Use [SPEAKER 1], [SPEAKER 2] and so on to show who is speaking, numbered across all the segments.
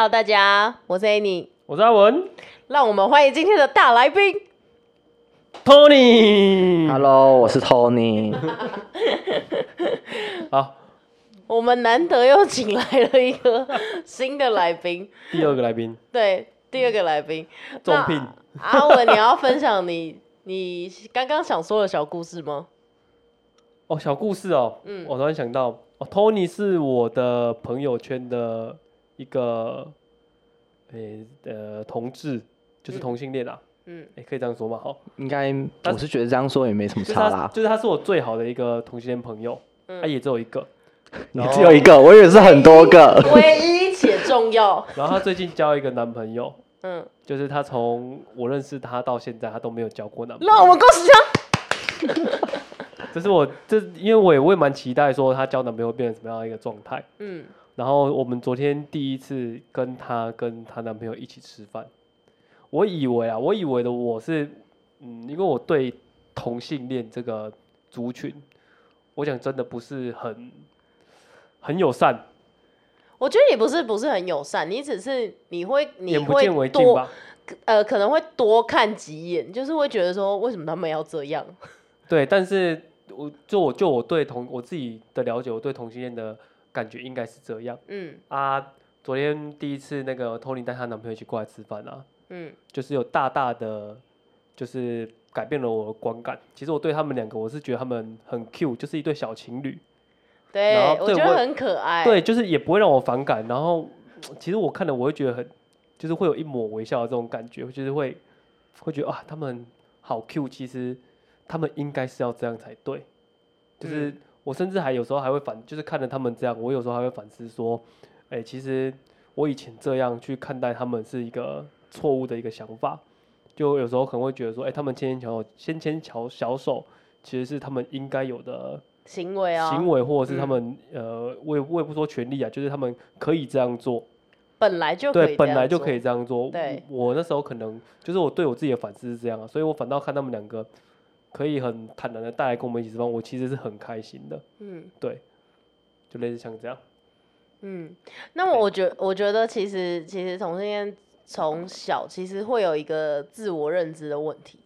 [SPEAKER 1] 哦大家，我是 Annie，
[SPEAKER 2] 我是阿文
[SPEAKER 1] 让我们欢迎今天的大来宾。
[SPEAKER 2] ，Tony。
[SPEAKER 3] Hello，我是 Tony。
[SPEAKER 2] 好，
[SPEAKER 1] 我们难得又请来了一个新的来宾，
[SPEAKER 2] 第二个来宾，
[SPEAKER 1] 对，第二个来 宾，
[SPEAKER 2] 重
[SPEAKER 1] 那
[SPEAKER 2] 聘。
[SPEAKER 1] 阿文，你要分享你 你刚刚想说的小故事吗？
[SPEAKER 2] 哦，小故事哦，
[SPEAKER 1] 嗯
[SPEAKER 2] 我突然想到，哦，Tony 是我的朋友圈的一个，诶、呃，同志，就是同性恋啊，
[SPEAKER 1] 嗯，
[SPEAKER 2] 诶、可以这样说吗？好，
[SPEAKER 3] 应该
[SPEAKER 2] 但
[SPEAKER 3] 我是觉得这样说也没什么
[SPEAKER 2] 就是他，
[SPEAKER 3] 差 啦。
[SPEAKER 2] 就是他是我最好的一个同性恋朋友，他、
[SPEAKER 1] 嗯
[SPEAKER 2] 也只有一个，
[SPEAKER 3] 你
[SPEAKER 1] 哦
[SPEAKER 3] 只有一个，我以为是很多个。
[SPEAKER 1] 唯一且重要。
[SPEAKER 2] 然后他最近交一个男朋友，
[SPEAKER 1] 嗯，
[SPEAKER 2] 就是他从我认识他到现在，他都没有交过男朋友。
[SPEAKER 1] 让我们恭喜他。
[SPEAKER 2] 这是我这，因为我也我也蛮期待说他交男朋友变成什么样的一个状态。
[SPEAKER 1] 嗯，
[SPEAKER 2] 然后我们昨天第一次跟她跟她男朋友一起吃饭，我以为啊，我以为的我是，嗯，因为我对同性恋这个族群，我讲真的不是很很友善，
[SPEAKER 1] 我觉得你不是不是很友善，你只是你会你
[SPEAKER 2] 眼不见
[SPEAKER 1] 会
[SPEAKER 2] 为净
[SPEAKER 1] 多
[SPEAKER 2] 吧？
[SPEAKER 1] 呃可能会多看几眼，就是会觉得说为什么他们要这样？
[SPEAKER 2] 对，但是我就我就我对同我自己的了解，我对同性恋的感觉应该是这样
[SPEAKER 1] 嗯
[SPEAKER 2] 啊。昨天第一次那个 Tony 带她男朋友一起过来吃饭啊，
[SPEAKER 1] 嗯
[SPEAKER 2] 就是有大大的，就是改变了我的观感。其实我对他们两个，我是觉得他们很 Q，就是一对小情侣，
[SPEAKER 1] 对
[SPEAKER 2] 然，后
[SPEAKER 1] 我
[SPEAKER 2] 对
[SPEAKER 1] 觉得
[SPEAKER 2] 我
[SPEAKER 1] 很可爱。
[SPEAKER 2] 对，就是也不会让我反感。然后，其实我看了，我会觉得很，就是会有一抹微笑的这种感觉，就是会会觉得啊，他们好 Q，其实他们应该是要这样才对。就是我甚至还有时候还会反，就是看着他们这样，我有时候还会反思说，哎、其实我以前这样去看待他们是一个错误的一个想法。就有时候可能会觉得说，哎、他们牵牵小手，牵牵小小手，其实是他们应该有的
[SPEAKER 1] 行为啊，
[SPEAKER 2] 行为，或者是他
[SPEAKER 1] 嗯
[SPEAKER 2] 们、呃，我也我也不说权利啊，就是他们可以这样做，
[SPEAKER 1] 本来就可以
[SPEAKER 2] 对，本来就可
[SPEAKER 1] 以。
[SPEAKER 2] 以这样做。
[SPEAKER 1] 对
[SPEAKER 2] 我，我那时候可能就是我对我自己的反思是这样啊，所以我反倒看他们两个可以很坦然的带来跟我们一起吃饭，我其实是很开心的，
[SPEAKER 1] 嗯
[SPEAKER 2] 就类似像这样。
[SPEAKER 1] 嗯，那么我觉我觉得其实其实同性恋从小其实会有一个自我认知的问题。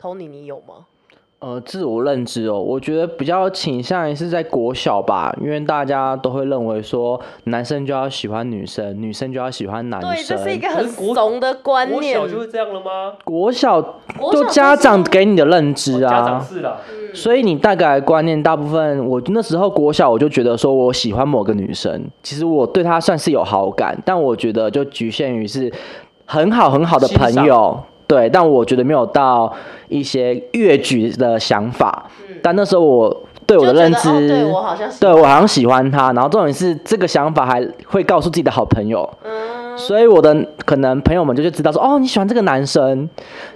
[SPEAKER 1] Tony，你有吗？
[SPEAKER 3] 呃，自我认知哦，我觉得比较倾向于是在国小吧，因为大家都会认为说男生就要喜欢女生，女生就要喜欢男生。
[SPEAKER 1] 对，这是一个
[SPEAKER 2] 可
[SPEAKER 1] 很
[SPEAKER 2] 是国
[SPEAKER 1] 怂的观
[SPEAKER 2] 我
[SPEAKER 1] 念
[SPEAKER 2] 小。就会这样了吗？
[SPEAKER 3] 国小
[SPEAKER 1] 国
[SPEAKER 3] 就
[SPEAKER 1] 小
[SPEAKER 3] 家
[SPEAKER 1] 就
[SPEAKER 3] 长
[SPEAKER 1] 是
[SPEAKER 3] 给你的认
[SPEAKER 2] 哦
[SPEAKER 3] 知
[SPEAKER 2] 家长
[SPEAKER 3] 啊，
[SPEAKER 2] 是啦，
[SPEAKER 1] 嗯
[SPEAKER 3] 所以你大概观念大部分，我那时候国小我就觉得说我喜欢某个女生，其实我对她算是有好感，但我觉得就局限于是很好很好的朋友，对，但我觉得没有到一些越矩的想法。但那时候我对我的认知，
[SPEAKER 1] 嗯就觉得哦对我好像是
[SPEAKER 3] 对我好像喜欢她，然后重点是这个想法还会告诉自己的好朋友，
[SPEAKER 1] 嗯
[SPEAKER 3] 所以我的可能朋友们就就知道说，哦，你喜欢这个男生，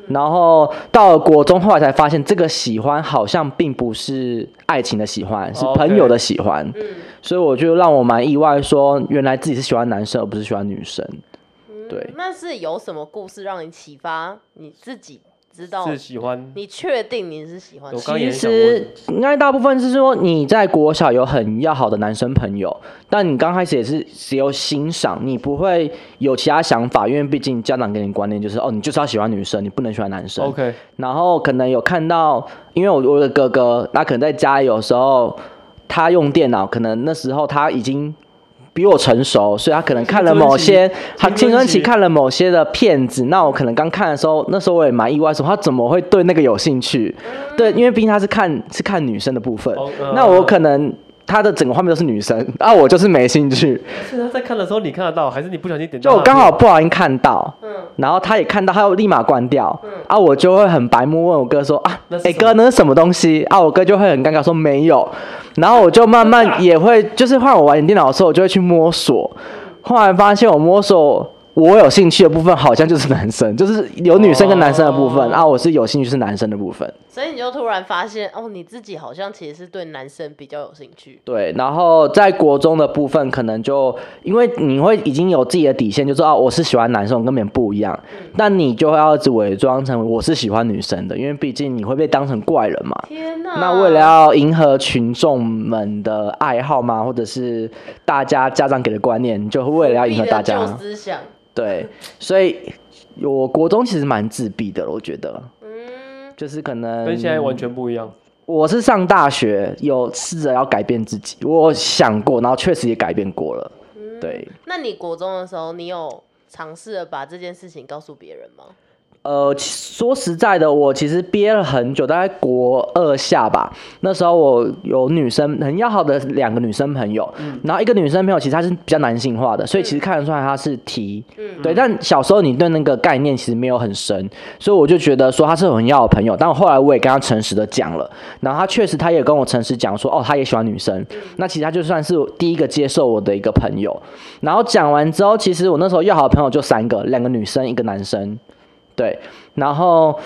[SPEAKER 3] 然后到了国中，后来才发现这个喜欢好像并不是爱情的喜欢，是
[SPEAKER 2] OK
[SPEAKER 3] 朋友的喜欢
[SPEAKER 1] 嗯
[SPEAKER 3] 所以我就让我蛮意外，说原来自己是喜欢男生而不是喜欢女生。对，
[SPEAKER 1] 嗯那是有什么故事让你启发你自己知道？
[SPEAKER 2] 是喜欢。
[SPEAKER 1] 你确定你是喜欢
[SPEAKER 2] 我
[SPEAKER 1] 谁？
[SPEAKER 2] 刚也
[SPEAKER 3] 其
[SPEAKER 2] 很想问
[SPEAKER 3] 实应该大部分是说你在国小有很要好的男生朋友，但你刚开始也是只有欣赏，你不会有其他想法，因为毕竟家长给你观念就是哦，你就是要喜欢女生，你不能喜欢男生。
[SPEAKER 2] OK，
[SPEAKER 3] 然后可能有看到，因为我我的哥哥，那可能在家里有时候他用电脑，可能那时候他已经比我成熟，所以他可能看了某些他
[SPEAKER 2] 青春期青
[SPEAKER 3] 青
[SPEAKER 2] 春
[SPEAKER 3] 春
[SPEAKER 2] 期
[SPEAKER 3] 期看了某些的片子。那我可能刚看的时候，那时候我也蛮意外，说他怎么会对那个有兴趣？对，因为毕竟他是看是看女生的部分
[SPEAKER 2] 哦嗯，
[SPEAKER 3] 呃那我可能。他的整个画面都是女生，啊，我就是没兴趣，
[SPEAKER 2] 是他在看的时候你看得到，还是你不小心点
[SPEAKER 3] 就
[SPEAKER 2] 到
[SPEAKER 3] 我
[SPEAKER 2] 他的
[SPEAKER 3] 刚
[SPEAKER 2] 片？
[SPEAKER 3] 好不小心看到，
[SPEAKER 1] 嗯
[SPEAKER 3] 然后他也看到，他又立马关掉。啊，我就会很白目问我哥说啊
[SPEAKER 2] 嗯那，是
[SPEAKER 3] 哎、
[SPEAKER 2] 什么
[SPEAKER 3] 哥，那是什么东西？啊，我哥就会很尴尬说没有。然后我就
[SPEAKER 2] 嗯
[SPEAKER 3] 慢慢也会，就是换我玩电脑的时候，我就会去摸索。后来发现我摸索我有兴趣的部分好像就是男生，就是有女生跟男生的部分、
[SPEAKER 2] 哦
[SPEAKER 3] 啊，我是有兴趣是男生的部分。
[SPEAKER 1] 所以你就突然发现，哦，你自己好像其实是对男生比较有兴趣。
[SPEAKER 3] 对，然后在国中的部分，可能就因为你会已经有自己的底线，就说啊，我是喜欢男生，我跟别人不一样。那你就会要一直伪装成我是喜欢女生的，因为毕竟你会被当成怪人嘛。
[SPEAKER 1] 天哪！
[SPEAKER 3] 那为了要迎合群众们的爱好嘛，或者是大家家长给的观念，你就为了要迎合大
[SPEAKER 1] 复辟的
[SPEAKER 3] 家
[SPEAKER 1] 旧，思想，
[SPEAKER 3] 对，所以我国中其实蛮自闭的，我觉得
[SPEAKER 1] 嗯，
[SPEAKER 3] 就是可能
[SPEAKER 2] 跟现在完全不一样。
[SPEAKER 3] 我是上大学有试着要改变自己，我有想过，然后确实也改变过了。对，
[SPEAKER 1] 那你国中的时候，你有尝试了把这件事情告诉别人吗？
[SPEAKER 3] 呃，其说实在的，我其实憋了很久，大概国二下吧。那时候我有女生很要好的两个女生朋友，然后一个女生朋友其实她是比较男性化的，所以其实看得出来她是 T，、
[SPEAKER 1] 嗯
[SPEAKER 3] 对。但小时候你对那个概念其实没有很深，所以我就觉得说她是我很要的朋友。但我后来我也跟她诚实的讲了，然后她确实她也跟我诚实讲说，哦，她也喜欢女生。那其实她就算是第一个接受我的一个朋友。然后讲完之后，其实我那时候要好的朋友就三个，两个女生，一个男生。对，然后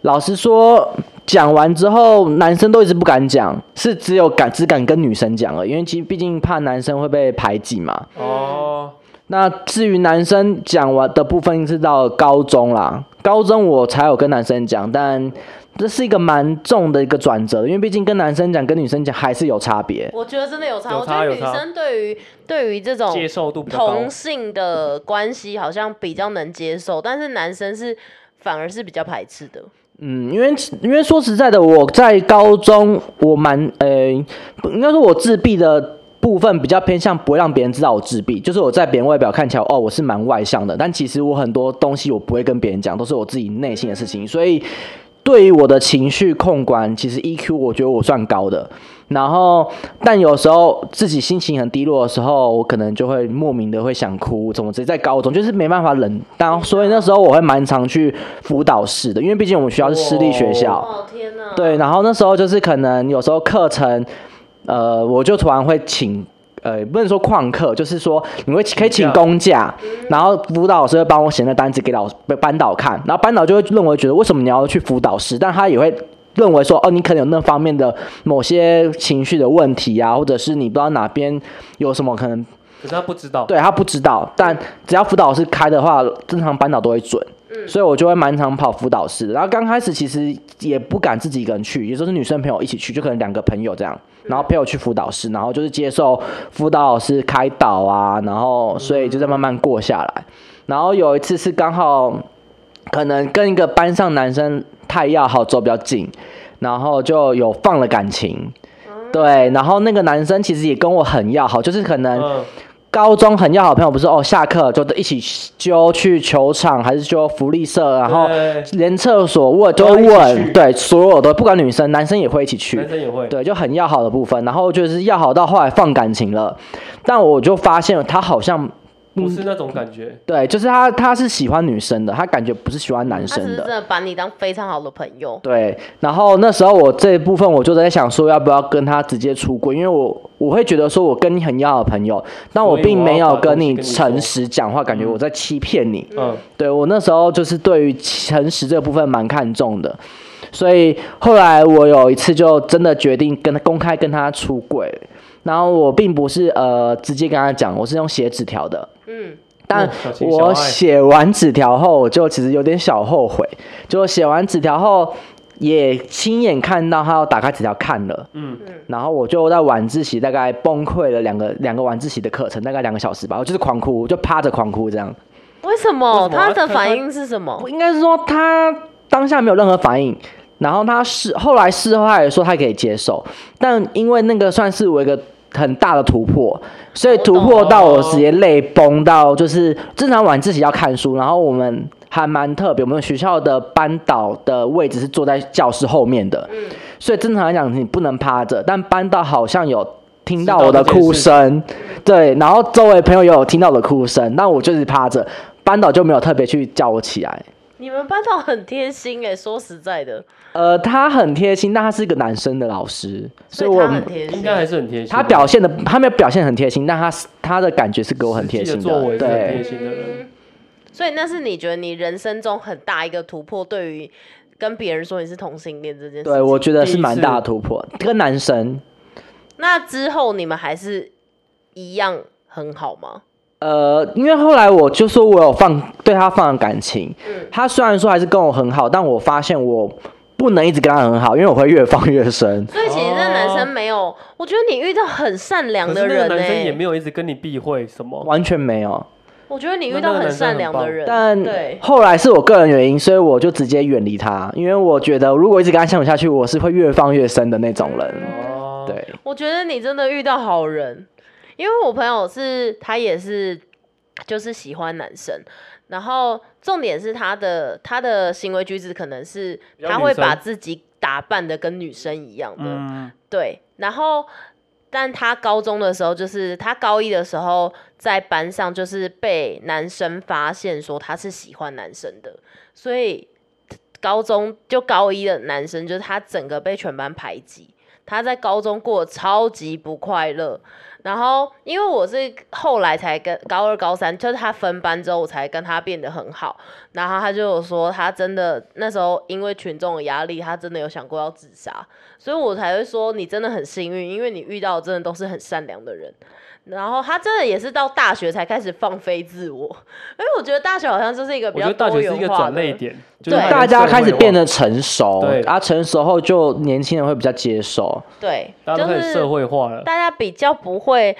[SPEAKER 3] 老实说，讲完之后，男生都一直不敢讲，是只有敢只敢跟女生讲了，因为其实毕竟怕男生会被排挤嘛。
[SPEAKER 1] 嗯
[SPEAKER 2] 哦，
[SPEAKER 3] 那至于男生讲完的部分是到高中啦，高中我才有跟男生讲，但这是一个蛮重的一个转折，因为毕竟跟男生讲跟女生讲还是有差别。
[SPEAKER 1] 我觉得真的有差，
[SPEAKER 2] 有
[SPEAKER 1] 我
[SPEAKER 2] 差
[SPEAKER 1] 觉得
[SPEAKER 2] 有
[SPEAKER 1] 女
[SPEAKER 2] 差
[SPEAKER 1] 生对于对于这种
[SPEAKER 2] 接受度比较高
[SPEAKER 1] 同。性的关系好像比较能接受，但是男生是反而是比较排斥的。
[SPEAKER 3] 嗯，因为因为说实在的，我在高中我蛮呃，不应该说我自闭的部分比较偏向不会让别人知道我自闭，就是我在别人外表看起来哦我是蛮外向的，但其实我很多东西我不会跟别人讲，都是我自己内心的事情，所以对于我的情绪控管，其实 EQ 我觉得我算高的。然后，但有时候自己心情很低落的时候，我可能就会莫名的会想哭，怎么直接在高中就是没办法忍。当所以那时候我会蛮常去辅导室的，因为毕竟我们学校是私立学校，
[SPEAKER 1] 哦天哪！
[SPEAKER 3] 对，然后那时候就是可能有时候课程，呃，我就突然会请，呃，不能说旷课，就是说你会可以请
[SPEAKER 2] 假
[SPEAKER 3] 公假，然后辅导老师会帮我写那单子给老班导看，然后班导就会认为觉得为什么你要去辅导师，但他也会。认为说哦，你可能有那方面的某些情绪的问题啊，或者是你不知道哪边有什么可能，
[SPEAKER 2] 可是他不知道。
[SPEAKER 3] 对他不知道。但只要辅导师开的话，正常班导都会准。所以我就会蛮常跑辅导室的。然后刚开始其实也不敢自己一个人去，也就是女生朋友一起去，就可能两个朋友这样，然后陪我去辅导室，然后就是接受辅导老师开导啊，然后所以就在慢慢过下来。然后有一次是刚好可能跟一个班上男生太要好，走比较近，然后就有放了感情。对，然后那个男生其实也跟我很要好，就是可能
[SPEAKER 2] 嗯，
[SPEAKER 3] 高中很要好的朋友，不是哦，下课就一起揪去球场，还是揪福利社，然后
[SPEAKER 2] 对
[SPEAKER 3] 连厕所我都会
[SPEAKER 2] 都要一起去
[SPEAKER 3] 问，对，所有的不管女生男生也会一起去
[SPEAKER 2] 男，生也会。
[SPEAKER 3] 对，就很要好的部分，然后就是要好到后来放感情了，但我就发现他好像。
[SPEAKER 2] 不是那种感觉。
[SPEAKER 3] 对，就是他，他是喜欢女生的，他感觉不是喜欢男
[SPEAKER 1] 他
[SPEAKER 3] 生
[SPEAKER 1] 只是
[SPEAKER 3] 的
[SPEAKER 1] 真。的把你当非常好的朋友。
[SPEAKER 3] 对，然后那时候我这一部分我就在想说，要不要跟他直接出轨，因为我我会觉得说我跟你很要好的朋友，但我
[SPEAKER 2] 所以
[SPEAKER 3] 并
[SPEAKER 2] 我
[SPEAKER 3] 没
[SPEAKER 2] 要
[SPEAKER 3] 有
[SPEAKER 2] 把
[SPEAKER 3] 跟
[SPEAKER 2] 东西
[SPEAKER 3] 你
[SPEAKER 2] 跟你
[SPEAKER 3] 诚
[SPEAKER 2] 说
[SPEAKER 3] 实讲话，感觉我在欺骗你。
[SPEAKER 2] 嗯，
[SPEAKER 3] 对我那时候就是对于诚实这部分蛮看重的，所以后来我有一次就真的决定跟他公开跟他出轨，然后我并不是呃直接跟他讲，我是用写纸条的，
[SPEAKER 1] 嗯，
[SPEAKER 3] 但
[SPEAKER 2] 哦小情小
[SPEAKER 3] 我
[SPEAKER 2] 爱
[SPEAKER 3] 写完纸条后，我就其实有点小后悔，就写完纸条后。也亲眼看到他要打开纸条看了，嗯
[SPEAKER 2] 嗯，
[SPEAKER 3] 然后我就在晚自习大概崩溃了两个两个晚自习的课程，大概两个小时吧，我就是狂哭，就趴着狂哭这样。
[SPEAKER 1] 为什么
[SPEAKER 2] 为什么啊
[SPEAKER 1] 他的
[SPEAKER 2] 他
[SPEAKER 1] 反应是什么
[SPEAKER 3] 我？应该是说他当下没有任何反应，然后他事后来事后他也说他可以接受，但因为那个算是我一个。很大的突破，所以
[SPEAKER 1] 我懂
[SPEAKER 3] 突破到我直接泪崩到，就是正常晚自习要看书，然后我们还蛮特别，我们学校的班导的位置是坐在教室后面的，
[SPEAKER 1] 嗯
[SPEAKER 3] 所以正常来讲你不能趴着，但班导好像有听到我的哭声，对，然后周围朋友也有听到我的哭声，那我就是趴着，班导就没有特别去叫我起来，
[SPEAKER 1] 你们班导很贴心哎、说实在的，
[SPEAKER 3] 呃，他很贴心，但他是一个男生的老师，所以我
[SPEAKER 1] 他很贴
[SPEAKER 2] 应
[SPEAKER 1] 心。
[SPEAKER 2] 该还是很贴心的。
[SPEAKER 3] 他表现的他没有表现很贴心，但他他的感觉是给我很贴心
[SPEAKER 2] 实际的作为是很
[SPEAKER 3] 对
[SPEAKER 2] 贴心的人
[SPEAKER 1] 嗯所以那是你觉得你人生中很大一个突破，对于跟别人说你是同性恋这件事情。
[SPEAKER 3] 对，我觉得是蛮
[SPEAKER 2] 第一次
[SPEAKER 3] 大的突破。跟男生，
[SPEAKER 1] 那之后你们还是一样很好吗？
[SPEAKER 2] 啊
[SPEAKER 3] 呃，因为后来我就说我有放对他放了感情，
[SPEAKER 1] 嗯
[SPEAKER 3] 他虽然说还是跟我很好，但我发现我不能一直跟他很好，因为我会越放越深。
[SPEAKER 1] 所以其实那男生没有，我觉得你遇到很善良
[SPEAKER 2] 可
[SPEAKER 1] 的
[SPEAKER 2] 是
[SPEAKER 1] 人
[SPEAKER 2] 那
[SPEAKER 1] 呢、
[SPEAKER 2] 个男生也没有一直跟你避讳什么，
[SPEAKER 3] 完全没有，
[SPEAKER 1] 我觉得你遇到很善良的人，
[SPEAKER 3] 但
[SPEAKER 1] 对，
[SPEAKER 3] 后来是我个人原因，所以我就直接远离他，因为我觉得如果一直跟他相处下去，我是会越放越深的那种人。
[SPEAKER 2] 哦，
[SPEAKER 3] 对，
[SPEAKER 1] 我觉得你真的遇到好人，因为我朋友是他也是就是喜欢男生，然后重点是他的他的行为举止可能是
[SPEAKER 2] 比较
[SPEAKER 1] 他会
[SPEAKER 2] 女生
[SPEAKER 1] 把自己打扮的跟女生一样的，
[SPEAKER 2] 嗯，
[SPEAKER 1] 对，然后。但他高中的时候，就是他高一的时候，在班上就是被男生发现说他是喜欢男生的，所以高中就高一的男生，就是他整个被全班排挤。他在高中过得超级不快乐，然后因为我是后来才跟高二、高三，就是他分班之后，我才跟他变得很好。然后他就有说，他真的那时候因为群众的压力，他真的有想过要自杀，所以我才会说你真的很幸运，因为你遇到的真的都是很善良的 人。然后他真的也是到大学才开始放飞自我， 因为我觉得大学好像就是一个比
[SPEAKER 2] 我
[SPEAKER 1] 较
[SPEAKER 2] 觉得大学是一
[SPEAKER 1] 多
[SPEAKER 2] 个
[SPEAKER 1] 元化
[SPEAKER 2] 转
[SPEAKER 1] 的
[SPEAKER 2] 类点，就是
[SPEAKER 1] 对
[SPEAKER 3] 大家开始变
[SPEAKER 2] 得
[SPEAKER 3] 得成熟
[SPEAKER 2] 对，
[SPEAKER 3] 啊，成熟后就年轻人会比较接受。
[SPEAKER 1] 对，
[SPEAKER 2] 大家
[SPEAKER 1] 就
[SPEAKER 2] 都开
[SPEAKER 1] 是
[SPEAKER 2] 始社会化了，
[SPEAKER 1] 大家比较不会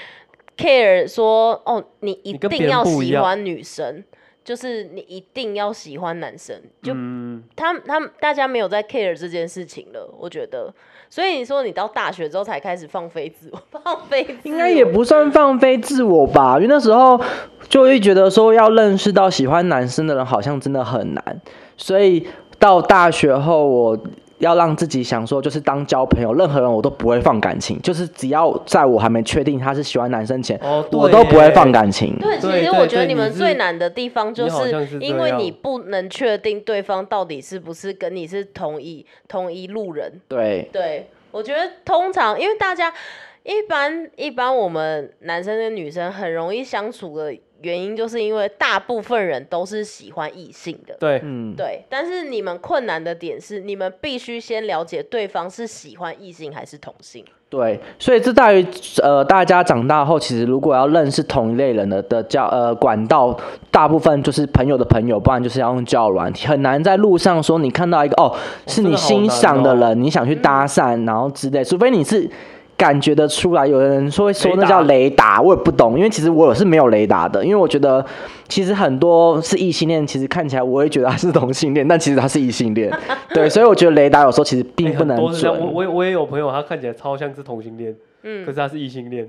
[SPEAKER 1] care 说哦，你一
[SPEAKER 2] 你跟
[SPEAKER 1] 定
[SPEAKER 2] 别人
[SPEAKER 1] 要
[SPEAKER 2] 不一
[SPEAKER 1] 喜
[SPEAKER 2] 样
[SPEAKER 1] 欢女生，就是你一定要喜欢男生，就
[SPEAKER 2] 嗯，
[SPEAKER 1] 他们他们大家没有在 care 这件事情了，我觉得。所以你说你到大学之后才开始放飞自我， 放飞自我
[SPEAKER 3] 应该也不算放飞自我吧，因为那时候就会觉得说要认识到喜欢男生的人好像真的很难，所以到大学后我。要让自己想说，就是当交朋友，任何人我都不会放感情，就是只要在我还没确定他是喜欢男生前，
[SPEAKER 2] 哦对
[SPEAKER 3] 我都不会
[SPEAKER 2] 耶
[SPEAKER 3] 放感情。
[SPEAKER 1] 对，其
[SPEAKER 2] 对
[SPEAKER 1] 实
[SPEAKER 2] 对
[SPEAKER 1] 我觉得
[SPEAKER 2] 对
[SPEAKER 1] 你们
[SPEAKER 2] 你是
[SPEAKER 1] 最难的地方就
[SPEAKER 2] 你好像是这
[SPEAKER 1] 因为
[SPEAKER 2] 样
[SPEAKER 1] 你不能确定对方到底是不是跟你是同一同一路人，
[SPEAKER 3] 对，
[SPEAKER 1] 对，我觉得通常因为大家一般一般我们男生跟女生很容易相处的原因，就是因为大部分人都是喜欢异性的。
[SPEAKER 2] 对，
[SPEAKER 3] 嗯，
[SPEAKER 1] 对，但是你们困难的点是，你们必须先了解对方是喜欢异性还是同性。
[SPEAKER 3] 对，所以这在于呃，大家长大后，其实如果要认识同一类人的的交呃管道，大部分就是朋友的朋友，不然就是要用交友软体，很难在路上说你看到一个哦是你欣赏的
[SPEAKER 2] 真的好
[SPEAKER 3] 人，你想去搭讪，然后之类，除非你是。感觉得出来，有人说会说那叫雷达，我也不懂，因为其实我是没有雷达的，因为我觉得其实很多是异性恋，其实看起来我也觉得他是同性恋，但其实他是异性恋，对，所以我觉得雷达有时候其实并
[SPEAKER 2] 哎
[SPEAKER 3] 不
[SPEAKER 2] 很
[SPEAKER 3] 能
[SPEAKER 2] 多是这
[SPEAKER 3] 准。
[SPEAKER 2] 样我我也我也有朋友，他看起来超像是同性恋，
[SPEAKER 1] 嗯
[SPEAKER 2] 可是他是异性恋，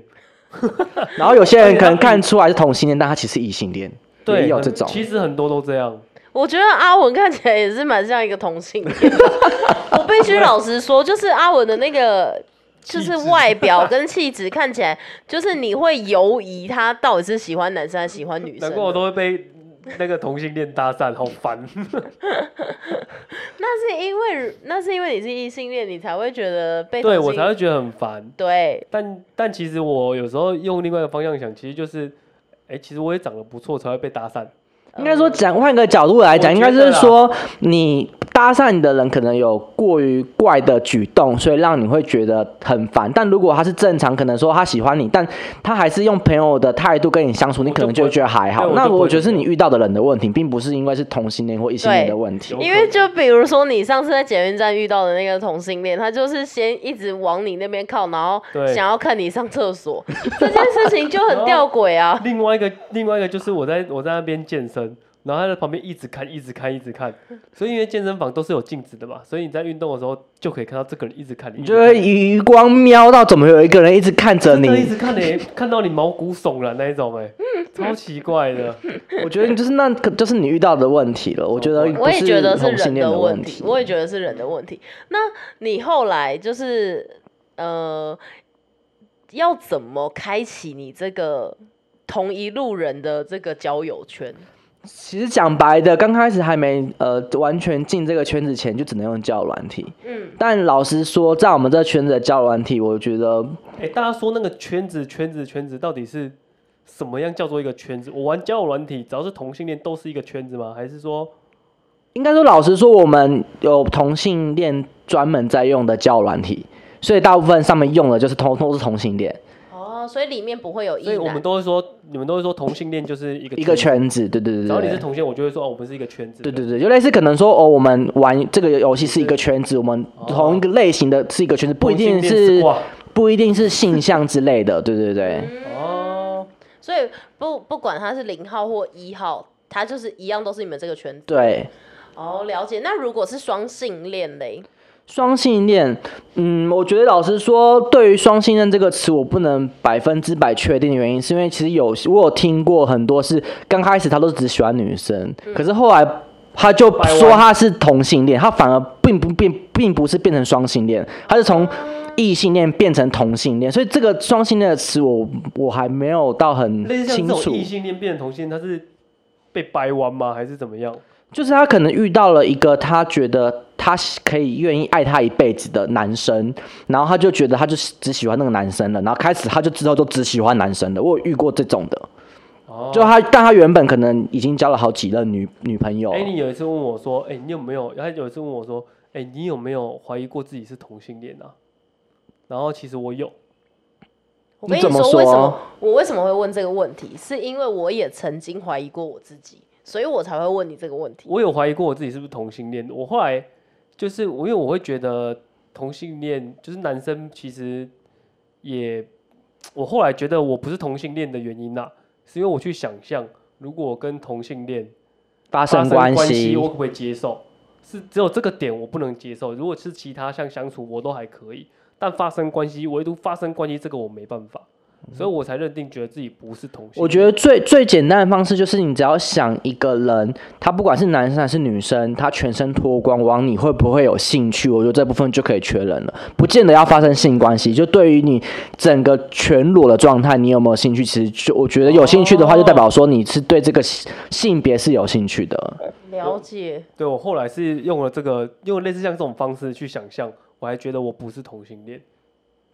[SPEAKER 3] 然后有些人可能看出来是同性恋，但他其实是异性恋，
[SPEAKER 2] 对，
[SPEAKER 3] 也有
[SPEAKER 2] 很
[SPEAKER 3] 这种。
[SPEAKER 2] 其实很多都这样，
[SPEAKER 1] 我觉得阿文看起来也是蛮像一个同性恋的 我必须老实说，就是阿文的那个。就是
[SPEAKER 2] 气质
[SPEAKER 1] 外表跟气质看起来，就是你会犹疑他到底是喜欢男生还是喜欢女生
[SPEAKER 2] 难
[SPEAKER 1] 的。
[SPEAKER 2] 怪我都会被那个同性恋搭讪，好烦。
[SPEAKER 1] 那是因为那是因为你是异性恋，你才会觉得被
[SPEAKER 2] 对
[SPEAKER 1] 同
[SPEAKER 2] 我
[SPEAKER 1] 性
[SPEAKER 2] 才会觉得很烦。
[SPEAKER 1] 对
[SPEAKER 2] 但但其实我有时候用另外一个方向想，其实就是，哎、其实我也长得不错才会被搭讪。
[SPEAKER 3] 应该说讲换个角度来讲，
[SPEAKER 2] 我
[SPEAKER 3] 应
[SPEAKER 2] 觉得
[SPEAKER 3] 该
[SPEAKER 2] 啦
[SPEAKER 3] 就是说你搭讪你的人可能有过于怪的举动，所以让你会觉得很烦。但如果他是正常，可能说他喜欢你，但他还是用朋友的态度跟你相处，你可能就会觉得还好
[SPEAKER 2] 我。就不会
[SPEAKER 3] 那
[SPEAKER 2] 对我就不会
[SPEAKER 3] 我觉得是你遇到的人的问题，并不是因为是同性恋或异性恋的问题
[SPEAKER 2] 有。
[SPEAKER 1] 因
[SPEAKER 2] 可
[SPEAKER 1] 为
[SPEAKER 2] 能
[SPEAKER 1] 就比如说你上次在捷运站遇到的那个同性恋，他就是先一直往你那边靠，然后
[SPEAKER 2] 对
[SPEAKER 1] 想要看你上厕 所，这件事情就很吊诡啊。
[SPEAKER 2] 另外一个另外一个就是我在我在那边健身，然后他在旁边一直看一直看一直看，所以因为健身房都是有镜子的嘛，所以你在运动的时候就可以看到这个人一直看你，
[SPEAKER 3] 你就会余光瞄到，怎么有一个人一直看着
[SPEAKER 2] 真的一
[SPEAKER 3] 你？
[SPEAKER 2] 直看你、看到你毛骨悚然那一种哎、超奇怪的。
[SPEAKER 3] 我觉得你就是那，可就是你遇到的问题了。我觉得
[SPEAKER 1] 我
[SPEAKER 3] 不
[SPEAKER 1] 也
[SPEAKER 3] 是
[SPEAKER 1] 觉得是
[SPEAKER 3] 同性
[SPEAKER 1] 人
[SPEAKER 3] 恋
[SPEAKER 1] 的
[SPEAKER 3] 的
[SPEAKER 1] 问
[SPEAKER 3] 问
[SPEAKER 1] 题
[SPEAKER 3] 题，，
[SPEAKER 1] 我也觉得是人的问题。那你后来就是呃，要怎么开启你这个同一路人的这个交友圈？
[SPEAKER 3] 其实讲白的，刚开始还没呃完全进这个圈子前，就只能用交友软体。
[SPEAKER 1] 嗯，
[SPEAKER 3] 但老实说，在我们这圈子的交友软体，我觉得
[SPEAKER 2] 哎、大家说那个圈子圈子圈子到底是什么样叫做一个圈子？我玩交友软体，只要是同性恋都是一个圈子吗？还是说
[SPEAKER 3] 应该说，老实说，我们有同性恋专门在用的交友软体，所以大部分上面用的就是通都是同性恋
[SPEAKER 1] 哦，所以里面不会有异
[SPEAKER 2] 所以我们
[SPEAKER 1] 男。
[SPEAKER 2] 都会说，你们都会说同性恋就是一个
[SPEAKER 3] 一个
[SPEAKER 2] 圈子。
[SPEAKER 3] 圈子。对对对
[SPEAKER 2] 只要你
[SPEAKER 3] 对
[SPEAKER 2] 是
[SPEAKER 3] 对。
[SPEAKER 2] 同性，我就会说哦，我们是一个圈子。
[SPEAKER 3] 对对对，就类似可能说哦，我们玩这个游戏是一个圈子，我们
[SPEAKER 2] 哦
[SPEAKER 3] 同一个类型的是一个圈子，不一定
[SPEAKER 2] 同性恋
[SPEAKER 3] 是
[SPEAKER 2] 哇
[SPEAKER 3] 不一定是性向之类的，对对对。
[SPEAKER 2] 哦，
[SPEAKER 1] 所以不不管他是零号或一号，他就是一样都是你们这个圈子。
[SPEAKER 3] 对，
[SPEAKER 1] 哦，了解。那如果是双性恋嘞，
[SPEAKER 3] 双性恋，嗯，我觉得老实说，对于双性恋这个词，我不能百分之百确定的原因，是因为其实有我有听过很多是刚开始他都只喜欢女生，
[SPEAKER 2] 嗯
[SPEAKER 3] 可是后来他就
[SPEAKER 2] 百
[SPEAKER 3] 说
[SPEAKER 2] 万
[SPEAKER 3] 他是同性恋，他反而并不变，并不是变成双性恋，他是从异性恋变成同性恋，所以这个双性恋的词我我还没有到很
[SPEAKER 2] 类似像
[SPEAKER 3] 清
[SPEAKER 2] 这
[SPEAKER 3] 楚
[SPEAKER 2] 种异。性恋变成同性，他是被掰弯吗？还是怎么样？
[SPEAKER 3] 就是他可能遇到了一个他觉得他可以愿意爱他一辈子的男生，然后他就觉得他就只喜欢那个男生了，然后开始他就之后就只喜欢男生了。我有遇过这种的，
[SPEAKER 2] 哦，
[SPEAKER 3] 就他，但他原本可能已经交了好几任女女朋友了。
[SPEAKER 2] 哎，你有一次问我说，哎，你有没有？他有一次问我说，哎，你有没有怀疑过自己是同性恋啊？然后其实我有，
[SPEAKER 1] 我跟你
[SPEAKER 3] 你怎么
[SPEAKER 1] 为什么
[SPEAKER 3] 说啊
[SPEAKER 1] 我为什么会问这个问题，是因为我也曾经怀疑过我自己，所以我才会问你这个问题。
[SPEAKER 2] 我有怀疑过我自己是不是同性恋。我后来就是我，因为我会觉得同性恋就是男生其实也，我后来觉得我不是同性恋的原因呐、是因为我去想象如果我跟同性恋
[SPEAKER 3] 发
[SPEAKER 2] 发
[SPEAKER 3] 生
[SPEAKER 2] 生关
[SPEAKER 3] 系，
[SPEAKER 2] 我可不可以接受？是只有这个点我不能接受，如果是其他像相处我都还可以，但发生关系，唯独发生关系这个我没办法，所以我才认定觉得自己不是同性恋。
[SPEAKER 3] 嗯我觉得最最简单的方式就是，你只要想一个人，他不管是男生还是女生，他全身脱光，往你会不会有兴趣？我觉得这部分就可以确认了，不见得要发生性关系。就对于你整个全裸的状态，你有没有兴趣？其实就我觉得有兴趣的话，就代表说你是对这个性性别是有兴趣的。
[SPEAKER 1] 了解，
[SPEAKER 2] 对我后来是用了这个，用类似像这种方式去想象，我还觉得我不是同性恋。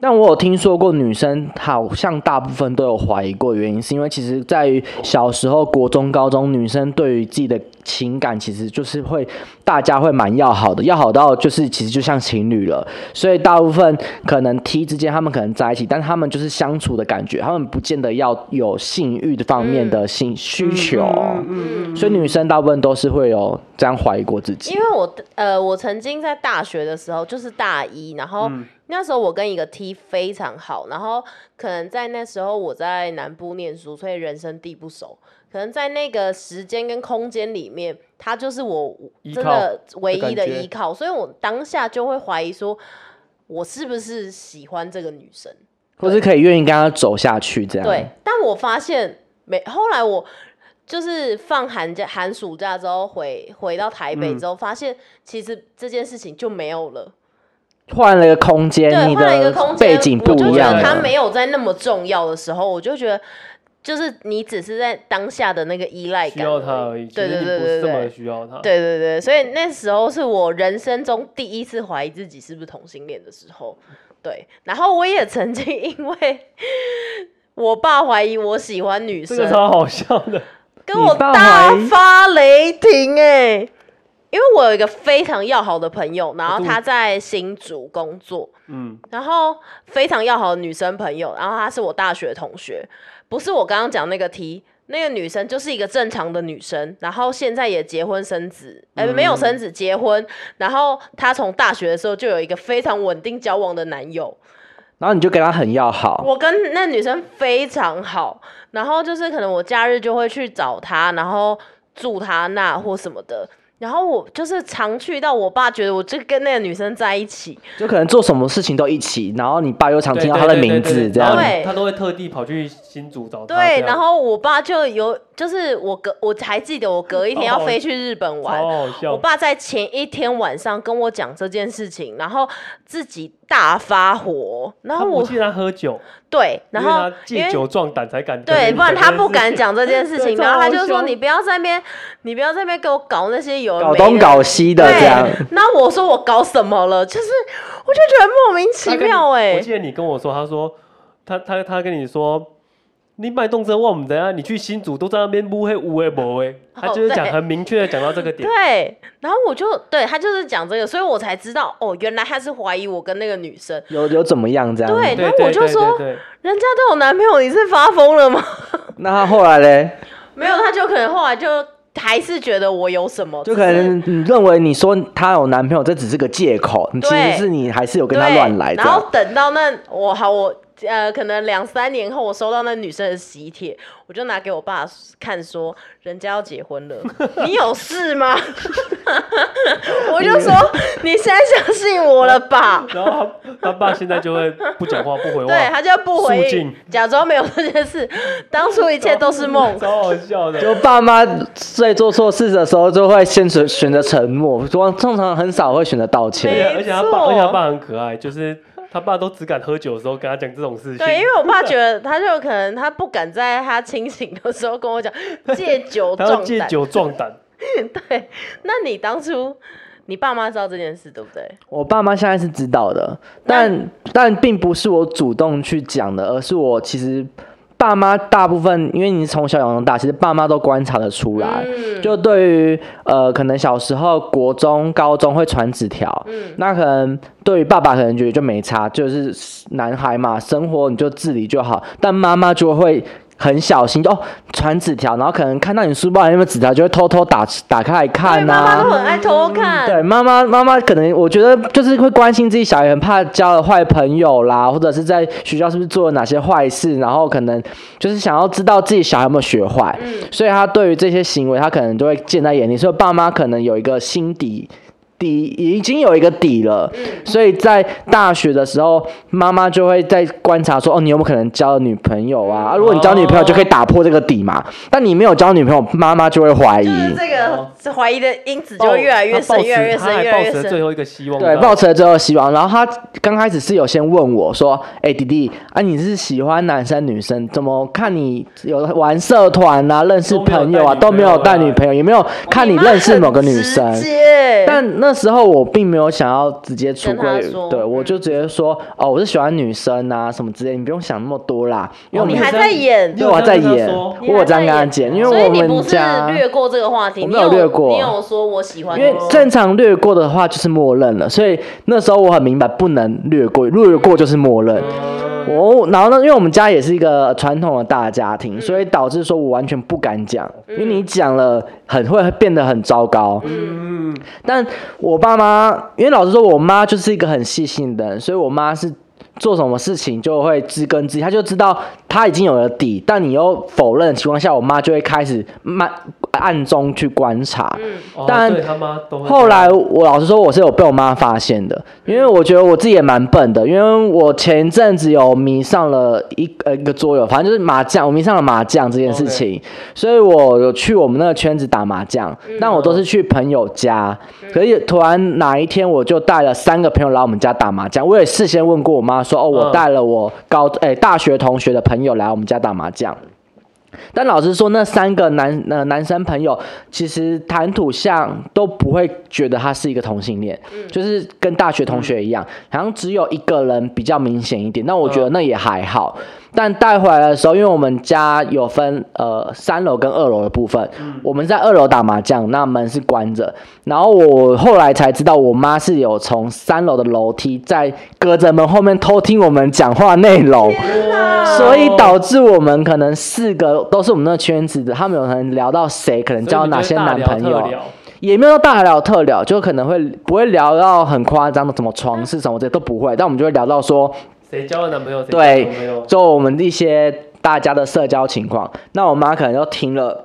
[SPEAKER 3] 但我有听说过，女生好像大部分都有怀疑过，原因是因为其实在于小时候、国中、高中，女生对于自己的情感其实就是会，大家会蛮要好的，要好到就是其实就像情侣了。所以大部分可能 T 之间，他们可能在一起，但他们就是相处的感觉，他们不见得要有性欲的方面的性需求。
[SPEAKER 2] 嗯
[SPEAKER 3] 所以女生大部分都是会有这样怀疑过自己
[SPEAKER 1] 因。为我呃，我曾经在大学的时候，就是大一，然后
[SPEAKER 2] 嗯
[SPEAKER 1] 那时候我跟一个 T 非常好，然后可能在那时候我在南部念书，所以人生地不熟，可能在那个时间跟空间里面，他就是我
[SPEAKER 2] 依
[SPEAKER 1] 真
[SPEAKER 2] 靠
[SPEAKER 1] 的唯
[SPEAKER 2] 感
[SPEAKER 1] 一的
[SPEAKER 2] 觉
[SPEAKER 1] 依靠，所以我当下就会怀疑说，我是不是喜欢这个女生？
[SPEAKER 3] 或是可以愿意跟她走下去这样。
[SPEAKER 1] 对，但我发现没，后来我就是放寒假、寒暑假之后回回到台
[SPEAKER 3] 嗯
[SPEAKER 1] 北之后，发现其实这件事情就没有了。
[SPEAKER 3] 换了一个空间，
[SPEAKER 1] 对，
[SPEAKER 3] 你
[SPEAKER 1] 换了一
[SPEAKER 3] 的
[SPEAKER 1] 个空间，
[SPEAKER 3] 背景不一样
[SPEAKER 1] 我就觉得它没
[SPEAKER 3] 了。
[SPEAKER 1] 有在那么重要的时候，我就觉得就是你只是在当下的那个依赖
[SPEAKER 2] 需
[SPEAKER 1] 感
[SPEAKER 2] 要他
[SPEAKER 1] 已
[SPEAKER 2] 而已，其
[SPEAKER 1] 对
[SPEAKER 2] 实
[SPEAKER 1] 对
[SPEAKER 2] 你
[SPEAKER 1] 对
[SPEAKER 2] 不
[SPEAKER 1] 对
[SPEAKER 2] 是这
[SPEAKER 1] 对
[SPEAKER 2] 么。需要他。
[SPEAKER 1] 对对对，所以那时候是我人生中第一次怀疑自己是不是同性恋的时候。对，然后我也曾经 因为我爸怀疑我喜欢女
[SPEAKER 2] 这
[SPEAKER 1] 生，
[SPEAKER 2] 个超好笑的。
[SPEAKER 1] 跟我
[SPEAKER 3] 你爸怀
[SPEAKER 1] 大
[SPEAKER 3] 疑
[SPEAKER 1] 发雷霆哎、因为我有一个非常要好的朋友，然后她在新竹工作，
[SPEAKER 2] 嗯，
[SPEAKER 1] 然后非常要好的女生朋友，然后她是我大学同学，不是我刚刚讲那个 T，那个女生就是一个正常的女生，然后现在也结婚生子，哎、没有生子结婚，然后她从大学的时候就有一个非常稳定交往的男友，
[SPEAKER 3] 然后你就跟他很要好，
[SPEAKER 1] 我跟那女生非常好，然后就是可能我假日就会去找她，然后住她那或什么的。然后我就是常去到我爸觉得我就跟那个女生在一起，
[SPEAKER 2] 啊
[SPEAKER 3] 就可能做什么事情都一起，然后你爸又常
[SPEAKER 2] 对
[SPEAKER 3] 听到
[SPEAKER 2] 对
[SPEAKER 3] 他的
[SPEAKER 2] 对对
[SPEAKER 3] 名
[SPEAKER 2] 对
[SPEAKER 3] 字
[SPEAKER 2] 对
[SPEAKER 3] 这样
[SPEAKER 2] 然后。
[SPEAKER 1] 对
[SPEAKER 2] 他都会特地跑去新竹找他。
[SPEAKER 1] 对，
[SPEAKER 2] 这样
[SPEAKER 1] 然后我爸就有就是我隔我还记得我隔一天要
[SPEAKER 2] 哦
[SPEAKER 1] 飞去日本玩，
[SPEAKER 2] 超好
[SPEAKER 1] 我
[SPEAKER 2] 笑。
[SPEAKER 1] 爸在前一天晚上跟我讲这件事情，然后自己大发火，然
[SPEAKER 2] 他
[SPEAKER 1] 后
[SPEAKER 2] 不
[SPEAKER 1] 我
[SPEAKER 2] 记得他喝酒，
[SPEAKER 1] 对，然
[SPEAKER 2] 因为
[SPEAKER 1] 后
[SPEAKER 2] 他
[SPEAKER 1] 因
[SPEAKER 2] 借
[SPEAKER 1] 为
[SPEAKER 2] 酒壮胆才敢跟
[SPEAKER 1] 对，
[SPEAKER 2] 你
[SPEAKER 1] 不然
[SPEAKER 2] 讲
[SPEAKER 1] 他
[SPEAKER 2] 这
[SPEAKER 1] 不
[SPEAKER 2] 件
[SPEAKER 1] 敢
[SPEAKER 2] 事。
[SPEAKER 1] 讲这件事 情，
[SPEAKER 2] 对
[SPEAKER 1] 然后他
[SPEAKER 2] 超
[SPEAKER 1] 就
[SPEAKER 2] 好
[SPEAKER 1] 说
[SPEAKER 2] 笑
[SPEAKER 1] 你不要在那边，你不要在那边给我搞那些有的
[SPEAKER 3] 搞
[SPEAKER 1] 没
[SPEAKER 3] 东
[SPEAKER 1] 的
[SPEAKER 3] 搞西的这样，
[SPEAKER 1] 对，那我说我搞什么了？就是我就觉得莫名
[SPEAKER 2] 他
[SPEAKER 1] 其
[SPEAKER 2] 跟你
[SPEAKER 1] 妙哎、
[SPEAKER 2] 我记得你跟我说，他说他他他跟你说，你买动车，我们等下你去新竹都在那边乌黑乌黑博哎，
[SPEAKER 1] 哦
[SPEAKER 2] 他就是讲很明确的讲到这个点，
[SPEAKER 1] 对，然后我就对他就是讲这个，所以我才知道哦，原来他是怀疑我跟那个女生，
[SPEAKER 3] 有有怎么样这样？
[SPEAKER 1] 对
[SPEAKER 2] 对
[SPEAKER 1] 然后
[SPEAKER 2] 对
[SPEAKER 1] 哎我就
[SPEAKER 2] 对
[SPEAKER 1] 说
[SPEAKER 2] 对对，
[SPEAKER 1] 人家都有男朋友，你是发疯了吗？
[SPEAKER 3] 那他后来嘞，
[SPEAKER 1] 没有，他就可能后来就还是觉得我有什么，只
[SPEAKER 3] 就可
[SPEAKER 1] 是
[SPEAKER 3] 能你认为你说他有男朋友，这只是个借口，你其
[SPEAKER 1] 对
[SPEAKER 3] 实是你还是有跟
[SPEAKER 1] 对，
[SPEAKER 3] 他乱来这
[SPEAKER 1] 然后
[SPEAKER 3] 样。
[SPEAKER 1] 等到那我好我呃，可能两三年后我收到那女生的喜帖，我就拿给我爸看说，人家要结婚 了，你有事吗？我就说你现在相信我了 吧？
[SPEAKER 2] 然后他他爸现在就会不讲话不回话，
[SPEAKER 1] 对，他就不回
[SPEAKER 2] 肃
[SPEAKER 1] 应
[SPEAKER 2] 静，
[SPEAKER 1] 假装没有这件 事，当初一切都是梦。
[SPEAKER 2] 超好笑的。
[SPEAKER 3] 就爸妈在做错事的时候，就会先选选择沉默，通通常很少会选择道
[SPEAKER 2] 而
[SPEAKER 1] 没
[SPEAKER 2] 且
[SPEAKER 3] 歉。
[SPEAKER 1] 错
[SPEAKER 2] 而且他爸，而且他爸很可爱，就是他爸都只敢喝酒的时候跟他讲这种事情。
[SPEAKER 1] 对，因为我爸觉得他就可能他不敢在他清醒的时候跟我讲借酒
[SPEAKER 2] 他要
[SPEAKER 1] 壮
[SPEAKER 2] 借
[SPEAKER 1] 胆。
[SPEAKER 2] 酒壮胆，
[SPEAKER 1] 对，那你当初你爸妈知道这件事对不对？
[SPEAKER 3] 我爸妈现在是知道的，但但并不是我主动去讲的，而是我其实爸妈大部分，因为你是从小养到大，其实爸妈都观察得出来。
[SPEAKER 1] 嗯
[SPEAKER 3] 就对于呃，可能小时候国中、高中会传纸条，
[SPEAKER 1] 嗯
[SPEAKER 3] 那可能对于爸爸可能觉得就没差，就是男孩嘛，生活你就自理就好，但妈妈就会。很小心哦，传纸条，然后可能看到你书包里面有纸条，就会偷偷打打开来看
[SPEAKER 1] 对，
[SPEAKER 3] 啊呐、
[SPEAKER 1] 妈妈都很爱偷看。
[SPEAKER 3] 对，妈妈妈妈可能我觉得就是会关心自己小孩，很怕交了坏朋友啦，或者是在学校是不是做了哪些坏事，然后可能就是想要知道自己小孩有没有学坏，
[SPEAKER 1] 嗯
[SPEAKER 3] 所以他对于这些行为，他可能都会见在眼里，所以爸妈可能有一个心底。底已经有一个底了，
[SPEAKER 1] 嗯
[SPEAKER 3] 所以在大学的时候，妈妈就会在观察说，哦，你有没有可能交了女朋友啊？啊如果你交女朋友，就可以打破这个底嘛。但你没有交女朋友，妈妈就会怀疑。
[SPEAKER 1] 就是这个
[SPEAKER 2] 哦
[SPEAKER 1] 这怀疑的因子就越来越
[SPEAKER 2] 他抱
[SPEAKER 1] 深，
[SPEAKER 2] 持
[SPEAKER 1] 越来越
[SPEAKER 2] 他
[SPEAKER 1] 深，
[SPEAKER 2] 还
[SPEAKER 1] 越来
[SPEAKER 2] 抱
[SPEAKER 1] 越
[SPEAKER 2] 持了
[SPEAKER 1] 深。
[SPEAKER 2] 最后一个希望，
[SPEAKER 3] 对，
[SPEAKER 2] 你知道
[SPEAKER 3] 抱
[SPEAKER 2] 吗
[SPEAKER 3] 持了最后希望。然后他刚开始是有先问我说：“哎、弟弟，啊，你是喜欢男生女生？怎么看你有玩社团啊，认识朋友啊，
[SPEAKER 2] 都
[SPEAKER 3] 都
[SPEAKER 2] 没
[SPEAKER 3] 没
[SPEAKER 2] 有
[SPEAKER 3] 有
[SPEAKER 2] 带
[SPEAKER 3] 带
[SPEAKER 2] 女
[SPEAKER 3] 女
[SPEAKER 2] 朋
[SPEAKER 3] 朋友，也没有看你认识某个女生。”
[SPEAKER 1] 但
[SPEAKER 3] 但那时候我并没有想要直接出
[SPEAKER 1] 跟
[SPEAKER 3] 柜
[SPEAKER 1] 他说，
[SPEAKER 3] 对我就直接说哦，我是喜欢女生啊，什么之类，你不用想那么多啦，因为我
[SPEAKER 1] 你
[SPEAKER 3] 们
[SPEAKER 2] 哦
[SPEAKER 1] 还在演
[SPEAKER 2] 你，
[SPEAKER 3] 对
[SPEAKER 2] 有
[SPEAKER 3] 我在
[SPEAKER 2] 跟他
[SPEAKER 3] 演，
[SPEAKER 2] 说
[SPEAKER 1] 你还
[SPEAKER 3] 我有这样跟
[SPEAKER 1] 在
[SPEAKER 3] 他
[SPEAKER 1] 演
[SPEAKER 3] 讲，因
[SPEAKER 1] 所以
[SPEAKER 3] 为我
[SPEAKER 1] 你不
[SPEAKER 3] 们
[SPEAKER 1] 是
[SPEAKER 3] 家
[SPEAKER 1] 略过这个话题，
[SPEAKER 3] 我
[SPEAKER 1] 你
[SPEAKER 3] 没有略过
[SPEAKER 1] 你有说我喜欢
[SPEAKER 3] 因为
[SPEAKER 1] 你
[SPEAKER 3] 正常略过的话就是默认了，所以那时候我很明白不能略过，略过就是默认。我然后呢，因为我们家也是一个传统的大家庭，所以导致说我完全不敢讲，因为你讲了很会变得很糟糕。
[SPEAKER 2] 嗯，
[SPEAKER 3] 但我爸妈，因为老实说，我妈就是一个很细心的人，所以我妈是做什么事情就会知根知底，她就知道她已经有了底，但你又否认的情况下，我妈就会开始慢暗中去观察。
[SPEAKER 2] 哦
[SPEAKER 3] 但
[SPEAKER 2] 对他妈都会啊
[SPEAKER 3] 后来我老实说，我是有被我妈发现的，因为我觉得我自己也蛮笨的，因为我前一阵子有迷上了一呃一个桌游，反正就是麻将，我迷上了麻将这件事
[SPEAKER 2] 哦
[SPEAKER 3] 情，所以我有去我们那个圈子打麻将，
[SPEAKER 2] 嗯
[SPEAKER 3] 但我都是去朋友家，可是突然哪一天我就带了三个朋友来我们家打麻将，我也事先问过我妈说，哦，我
[SPEAKER 2] 嗯
[SPEAKER 3] 带了我高哎、大学同学的朋友来我们家打麻将。但老实说，那三个男呃男生朋友，其实谈吐上都不会觉得他是一个同性恋，就是跟大学同学一样，好像只有一个人比较明显一点。那我觉得那也还好。但带回来的时候，因为我们家有分呃三楼跟二楼的部分，我们在二楼打麻将，那门是关着。然后我后来才知道，我妈是有从三楼的楼梯在隔着门后面偷听我们讲话内容。所以导致我们可能四个都是我们那个圈子的，他们有可能聊到谁，可能
[SPEAKER 2] 所以
[SPEAKER 3] 交
[SPEAKER 2] 你
[SPEAKER 3] 哪
[SPEAKER 2] 就
[SPEAKER 3] 些
[SPEAKER 2] 大
[SPEAKER 3] 男
[SPEAKER 2] 聊
[SPEAKER 3] 朋
[SPEAKER 2] 特
[SPEAKER 3] 友，
[SPEAKER 2] 聊
[SPEAKER 3] 也没有到大聊特聊，就可能会不会聊到很夸张的什么床事什么这些都不会，但我们就会聊到说，
[SPEAKER 2] 谁交了男朋友，谁交了
[SPEAKER 3] 对
[SPEAKER 2] 男朋友，
[SPEAKER 3] 就我们一些大家的社交情况。那我妈可能就听了。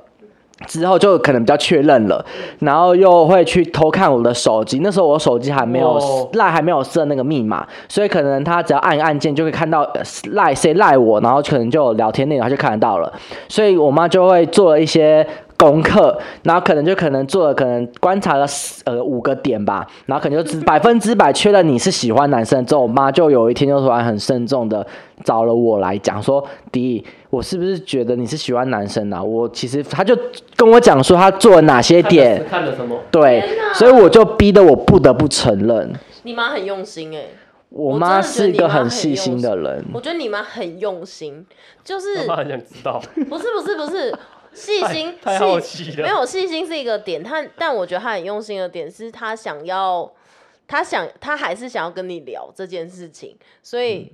[SPEAKER 3] 之后就可能比较确认了，然后又会去偷看我的手机。那时候我手机还没有
[SPEAKER 2] 哦
[SPEAKER 3] 赖，还没有设那个密码，所以可能他只要按按键就可以看到呃赖谁赖我，然后可能就有聊天内容，他就看得到了。所以我妈就会做了一些功课，然后可能就可能做了，可能观察了四呃五个点吧，然后 可能就只百分之百确认你是喜欢男生之后，我妈就有一天就突然很慎重的找了我来讲说，第一，我是不是觉得你是喜欢男生啊？我其实她就跟我讲说她做了哪
[SPEAKER 2] 看
[SPEAKER 3] 些
[SPEAKER 2] 了
[SPEAKER 3] 点。
[SPEAKER 2] 看了什么？
[SPEAKER 3] 对
[SPEAKER 1] 天哪，
[SPEAKER 3] 所以我就逼得我不得不承认，
[SPEAKER 1] 你妈很用心哎，
[SPEAKER 3] 我
[SPEAKER 1] 我真
[SPEAKER 3] 妈
[SPEAKER 1] 的觉得
[SPEAKER 3] 是一
[SPEAKER 1] 你
[SPEAKER 3] 个
[SPEAKER 1] 妈
[SPEAKER 3] 很
[SPEAKER 1] 很
[SPEAKER 3] 细
[SPEAKER 1] 用
[SPEAKER 3] 心的人，
[SPEAKER 1] 我觉得你们很用心，就是
[SPEAKER 2] 我妈很想知道，
[SPEAKER 1] 不是不是不 是细心，
[SPEAKER 2] 太太好
[SPEAKER 1] 细
[SPEAKER 2] 奇了
[SPEAKER 1] 没有细心是一个点，他但我觉得他很用心的点是他想要，他想他还是想要跟你聊这件事情，所以、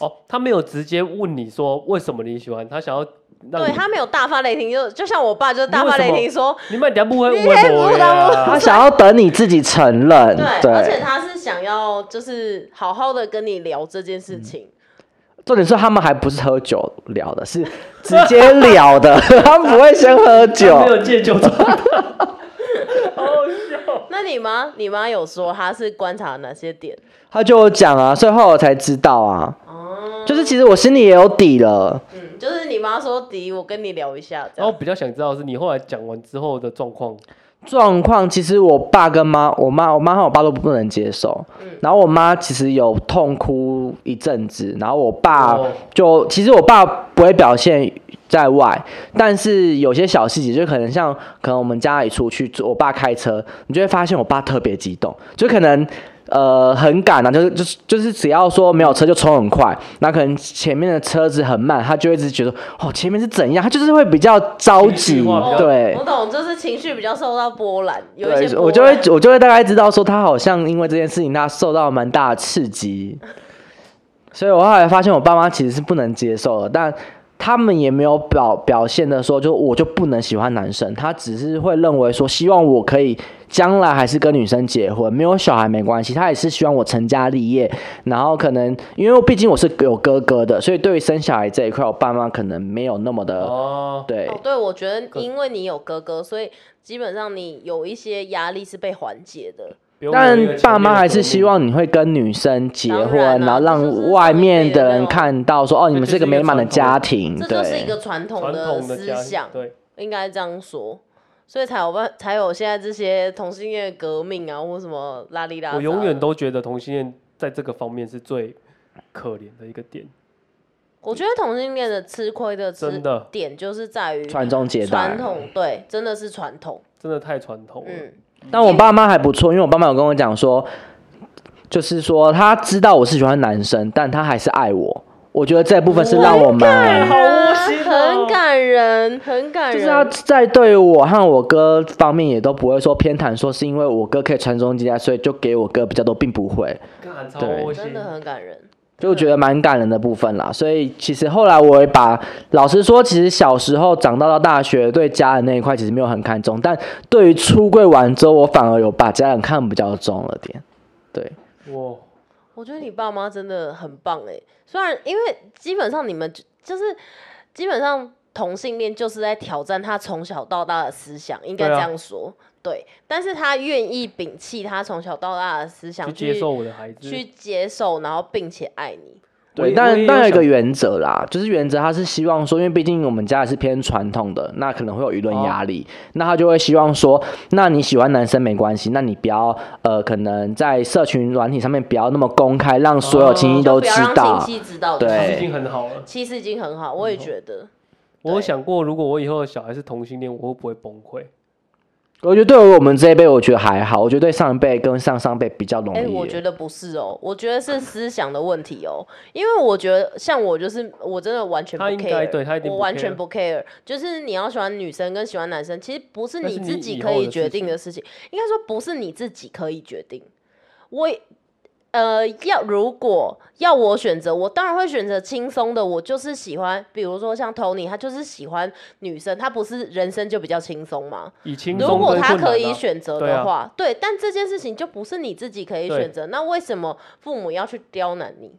[SPEAKER 2] 哦，她没有直接问你说为什么你喜欢，她想要让
[SPEAKER 1] 对
[SPEAKER 2] 你，
[SPEAKER 1] 他没有大发雷霆，就就像我爸就是大
[SPEAKER 2] 嗯你为
[SPEAKER 1] 发
[SPEAKER 2] 什
[SPEAKER 1] 雷
[SPEAKER 2] 么
[SPEAKER 1] 霆说，
[SPEAKER 2] 你们俩不会
[SPEAKER 1] 你
[SPEAKER 2] 问
[SPEAKER 1] 可以
[SPEAKER 2] 我
[SPEAKER 1] 不答我
[SPEAKER 2] 呀
[SPEAKER 3] 她？想要等你自己承认。
[SPEAKER 1] 对，而且
[SPEAKER 3] 对，
[SPEAKER 1] 他是想要就是好好的跟你聊这件事情，
[SPEAKER 3] 重点是他们还不是喝酒聊的，是直接聊 的，他们不会先喝酒
[SPEAKER 2] 她没。有戒酒状态，好笑。
[SPEAKER 1] 那你妈你妈有说她是观察哪些点？
[SPEAKER 3] 他就有讲啊，所以后来我才知道啊，
[SPEAKER 1] 哦，
[SPEAKER 3] 就是其实我心里也有底了。
[SPEAKER 1] 嗯，就是你妈说迪，我跟你聊一下，这
[SPEAKER 2] 然后
[SPEAKER 1] 样
[SPEAKER 2] 我比较想知道的是你后来讲完之后的状况，
[SPEAKER 3] 状况其实我爸跟妈，我妈、我妈和我爸都不能接受。
[SPEAKER 2] 嗯
[SPEAKER 3] 然后我妈其实有痛哭一阵子，然后我爸
[SPEAKER 2] 哦
[SPEAKER 3] 就、其实我爸不会表现在外，但是有些小细节，就可能像可能我们家里出去，我爸开车，你就会发现我爸特别激动，就可能。呃，很赶啊，就是就是就是，只要说没有车就冲很快，那可能前面的车子很慢，他就一直觉得哦，前面是怎样，他就是会比较着急
[SPEAKER 2] 情绪化比，较
[SPEAKER 3] 对，
[SPEAKER 1] 我懂，就是情绪比较受到波澜，有一些
[SPEAKER 3] 对，
[SPEAKER 1] 波
[SPEAKER 3] 我就会
[SPEAKER 1] 澜
[SPEAKER 3] 我就会大概知道说他好像因为这件事情他受到蛮大的刺激，所以我后来发现我爸妈其实是不能接受的，但他们也没有表表现的说就我就不能喜欢男生，他只是会认为说希望我可以将来还是跟女生结婚，没有小孩没关系，他也是希望我成家立业，然后可能因为毕竟我是有哥哥的，所以对于生小孩这一块，我爸妈可能没有那么的、
[SPEAKER 2] 哦，
[SPEAKER 3] 对。
[SPEAKER 1] 哦，对，我觉得因为你有哥哥，所以基本上你有一些压力是被缓解的。
[SPEAKER 2] 不用有一个
[SPEAKER 3] 但
[SPEAKER 2] 强烈
[SPEAKER 3] 爸
[SPEAKER 2] 的
[SPEAKER 3] 妈还
[SPEAKER 2] 动
[SPEAKER 3] 是希
[SPEAKER 2] 力
[SPEAKER 3] 望你会跟女生结
[SPEAKER 1] 当
[SPEAKER 3] 婚，
[SPEAKER 1] 然啊
[SPEAKER 3] 然后
[SPEAKER 1] 这就是
[SPEAKER 3] 让外面的人看到说，哦，你
[SPEAKER 2] 这
[SPEAKER 3] 们
[SPEAKER 2] 就是是
[SPEAKER 3] 一个
[SPEAKER 2] 一个
[SPEAKER 3] 美满的
[SPEAKER 2] 传统
[SPEAKER 3] 家庭，
[SPEAKER 1] 这就是一
[SPEAKER 3] 嗯对。
[SPEAKER 1] 个传统
[SPEAKER 2] 传统的
[SPEAKER 1] 思
[SPEAKER 2] 家庭
[SPEAKER 1] 想，
[SPEAKER 2] 对，
[SPEAKER 1] 应该这样说，所以才有办，才有现在这些同性恋革命啊，或什么拉里拉杂。
[SPEAKER 2] 我永远都觉得同性恋在这个方面是最可怜的一个点，
[SPEAKER 1] 我觉得同性恋的吃亏的吃
[SPEAKER 2] 真的
[SPEAKER 1] 点就是在于
[SPEAKER 3] 传宗接代
[SPEAKER 1] 传，统，对，真的是传统，
[SPEAKER 2] 真的太传统了。
[SPEAKER 1] 嗯。
[SPEAKER 3] 但我爸妈还不错，因为我爸妈有跟我讲说，就是说他知道我是喜欢男生，但他还是爱我。我觉得这部分是让我蛮，
[SPEAKER 2] 好窝心哦
[SPEAKER 1] 很感人，很感人。
[SPEAKER 3] 就是他在对我和我哥方面也都不会说偏袒，说是因为我哥可以传宗接代，所以就给我哥比较多，并不会。
[SPEAKER 2] 干超
[SPEAKER 3] 对
[SPEAKER 2] 窝心
[SPEAKER 1] 真的很感人。
[SPEAKER 3] 就觉得蛮感人的部分啦，所以其实后来我也把，老实说，其实小时候长大到大学，对家人那一块其实没有很看重，但对于出柜完之后，我反而有把家人看比较重了点。对，
[SPEAKER 2] 哇！
[SPEAKER 1] 我觉得你爸妈真的很棒哎、虽然因为基本上你们就就是基本上同性恋就是在挑战他从小到大的思想，应该
[SPEAKER 2] 对
[SPEAKER 1] 这
[SPEAKER 2] 啊
[SPEAKER 1] 样说。对，但是他愿意摒弃他从小到大的思想，
[SPEAKER 2] 去接受我的孩子，
[SPEAKER 1] 去接受，然后并且爱你。
[SPEAKER 2] 我也我
[SPEAKER 3] 对，
[SPEAKER 2] 也
[SPEAKER 3] 但
[SPEAKER 2] 有
[SPEAKER 3] 但有一
[SPEAKER 2] 想
[SPEAKER 3] 个原则啦，就是原则他是希望说，因为毕竟我们家也是偏传统的，那可能会有舆论压力，那他就会希望说，那你喜欢男生没关系，那你不要呃，可能在社群软体上面不要那么公开，让所有
[SPEAKER 2] 哦
[SPEAKER 3] 亲戚
[SPEAKER 1] 就
[SPEAKER 3] 都
[SPEAKER 1] 不
[SPEAKER 3] 知
[SPEAKER 1] 要让
[SPEAKER 3] 道。
[SPEAKER 1] 亲戚知道。
[SPEAKER 3] 对
[SPEAKER 2] 已经很好了。
[SPEAKER 1] 其实已经很好，
[SPEAKER 2] 嗯
[SPEAKER 1] 我也觉得。
[SPEAKER 2] 我有想过，如果我以后的小孩是同性恋，我会不会崩溃？
[SPEAKER 3] 我觉得对于我们这一辈，我觉得还好。我觉得对上一辈跟上上辈比较容易
[SPEAKER 1] 哎、
[SPEAKER 3] 耶。
[SPEAKER 1] 我觉得不是哦，我觉得是思想的问题哦，因为我觉得像我就是我真的完全不
[SPEAKER 2] 他
[SPEAKER 1] care，
[SPEAKER 2] 应该对他一定
[SPEAKER 1] 我
[SPEAKER 2] 不
[SPEAKER 1] 完
[SPEAKER 2] care
[SPEAKER 1] 全不 care，就是你要喜欢女生跟喜欢男生，其实不是
[SPEAKER 2] 那是你
[SPEAKER 1] 自己
[SPEAKER 2] 以
[SPEAKER 1] 可
[SPEAKER 2] 后
[SPEAKER 1] 以
[SPEAKER 2] 的
[SPEAKER 1] 决
[SPEAKER 2] 事
[SPEAKER 1] 定
[SPEAKER 2] 情
[SPEAKER 1] 的事情，应该说不是你自己可以决定。我呃要如果要我选择，我当然会选择轻松的，我就是喜欢，比如说像 Tony，他就是喜欢女生，他不是人生就比较轻松吗？
[SPEAKER 2] 以轻
[SPEAKER 1] 如
[SPEAKER 2] 松
[SPEAKER 1] 果
[SPEAKER 2] 跟
[SPEAKER 1] 他
[SPEAKER 2] 困
[SPEAKER 1] 可
[SPEAKER 2] 难
[SPEAKER 1] 以
[SPEAKER 2] 啊，
[SPEAKER 1] 选择
[SPEAKER 2] 对
[SPEAKER 1] 的
[SPEAKER 2] 啊
[SPEAKER 1] 话，对，但这件事情就不是你自己可以
[SPEAKER 2] 对
[SPEAKER 1] 选择，那为什么父母要去刁难你？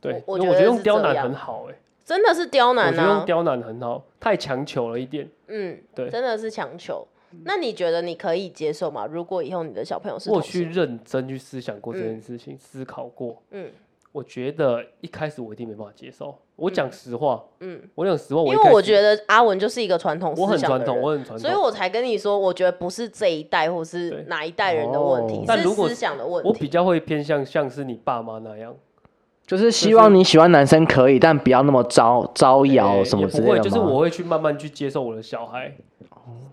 [SPEAKER 2] 对，
[SPEAKER 1] 我
[SPEAKER 2] 因为
[SPEAKER 1] 我觉得
[SPEAKER 2] 我觉得用
[SPEAKER 1] 是
[SPEAKER 2] 刁
[SPEAKER 1] 这
[SPEAKER 2] 难
[SPEAKER 1] 样
[SPEAKER 2] 很好哎，
[SPEAKER 1] 真的是刁
[SPEAKER 2] 我
[SPEAKER 1] 难
[SPEAKER 2] 觉得用
[SPEAKER 1] 啊，
[SPEAKER 2] 刁难很好，太强求了一点。
[SPEAKER 1] 嗯，
[SPEAKER 2] 对
[SPEAKER 1] 真的是强求。
[SPEAKER 2] 嗯
[SPEAKER 1] 那你觉得你可以接受吗？如果以后你的小朋友是
[SPEAKER 2] 我
[SPEAKER 1] 同
[SPEAKER 2] 去
[SPEAKER 1] 性，
[SPEAKER 2] 认真去思想过这件事情，思考过。
[SPEAKER 1] 嗯
[SPEAKER 2] 我觉得一开始我一定没办法接受。我讲实话，
[SPEAKER 1] 嗯，
[SPEAKER 2] 我讲实话，
[SPEAKER 1] 因
[SPEAKER 2] 一
[SPEAKER 1] 为
[SPEAKER 2] 开
[SPEAKER 1] 我
[SPEAKER 2] 始
[SPEAKER 1] 觉得阿文就是一个传统思
[SPEAKER 2] 我很
[SPEAKER 1] 想的人，
[SPEAKER 2] 传统，我很传
[SPEAKER 1] 所以
[SPEAKER 2] 统。
[SPEAKER 1] 我才跟你说，我觉得不是这一代或是
[SPEAKER 2] 对
[SPEAKER 1] 哪一代人的问题
[SPEAKER 3] 哦，
[SPEAKER 2] 但
[SPEAKER 1] 是
[SPEAKER 2] 如果
[SPEAKER 1] 思想的问
[SPEAKER 2] 我比
[SPEAKER 1] 题。
[SPEAKER 2] 较会偏向像是你爸妈那样，
[SPEAKER 3] 就是希望你喜欢男生可以，但不要那么招招摇
[SPEAKER 1] 哎
[SPEAKER 2] 欸
[SPEAKER 3] 什
[SPEAKER 2] 也
[SPEAKER 3] 么
[SPEAKER 2] 不
[SPEAKER 3] 之类的
[SPEAKER 2] 会，
[SPEAKER 3] 吗哦
[SPEAKER 2] 就是我会去慢慢去接受我的小孩。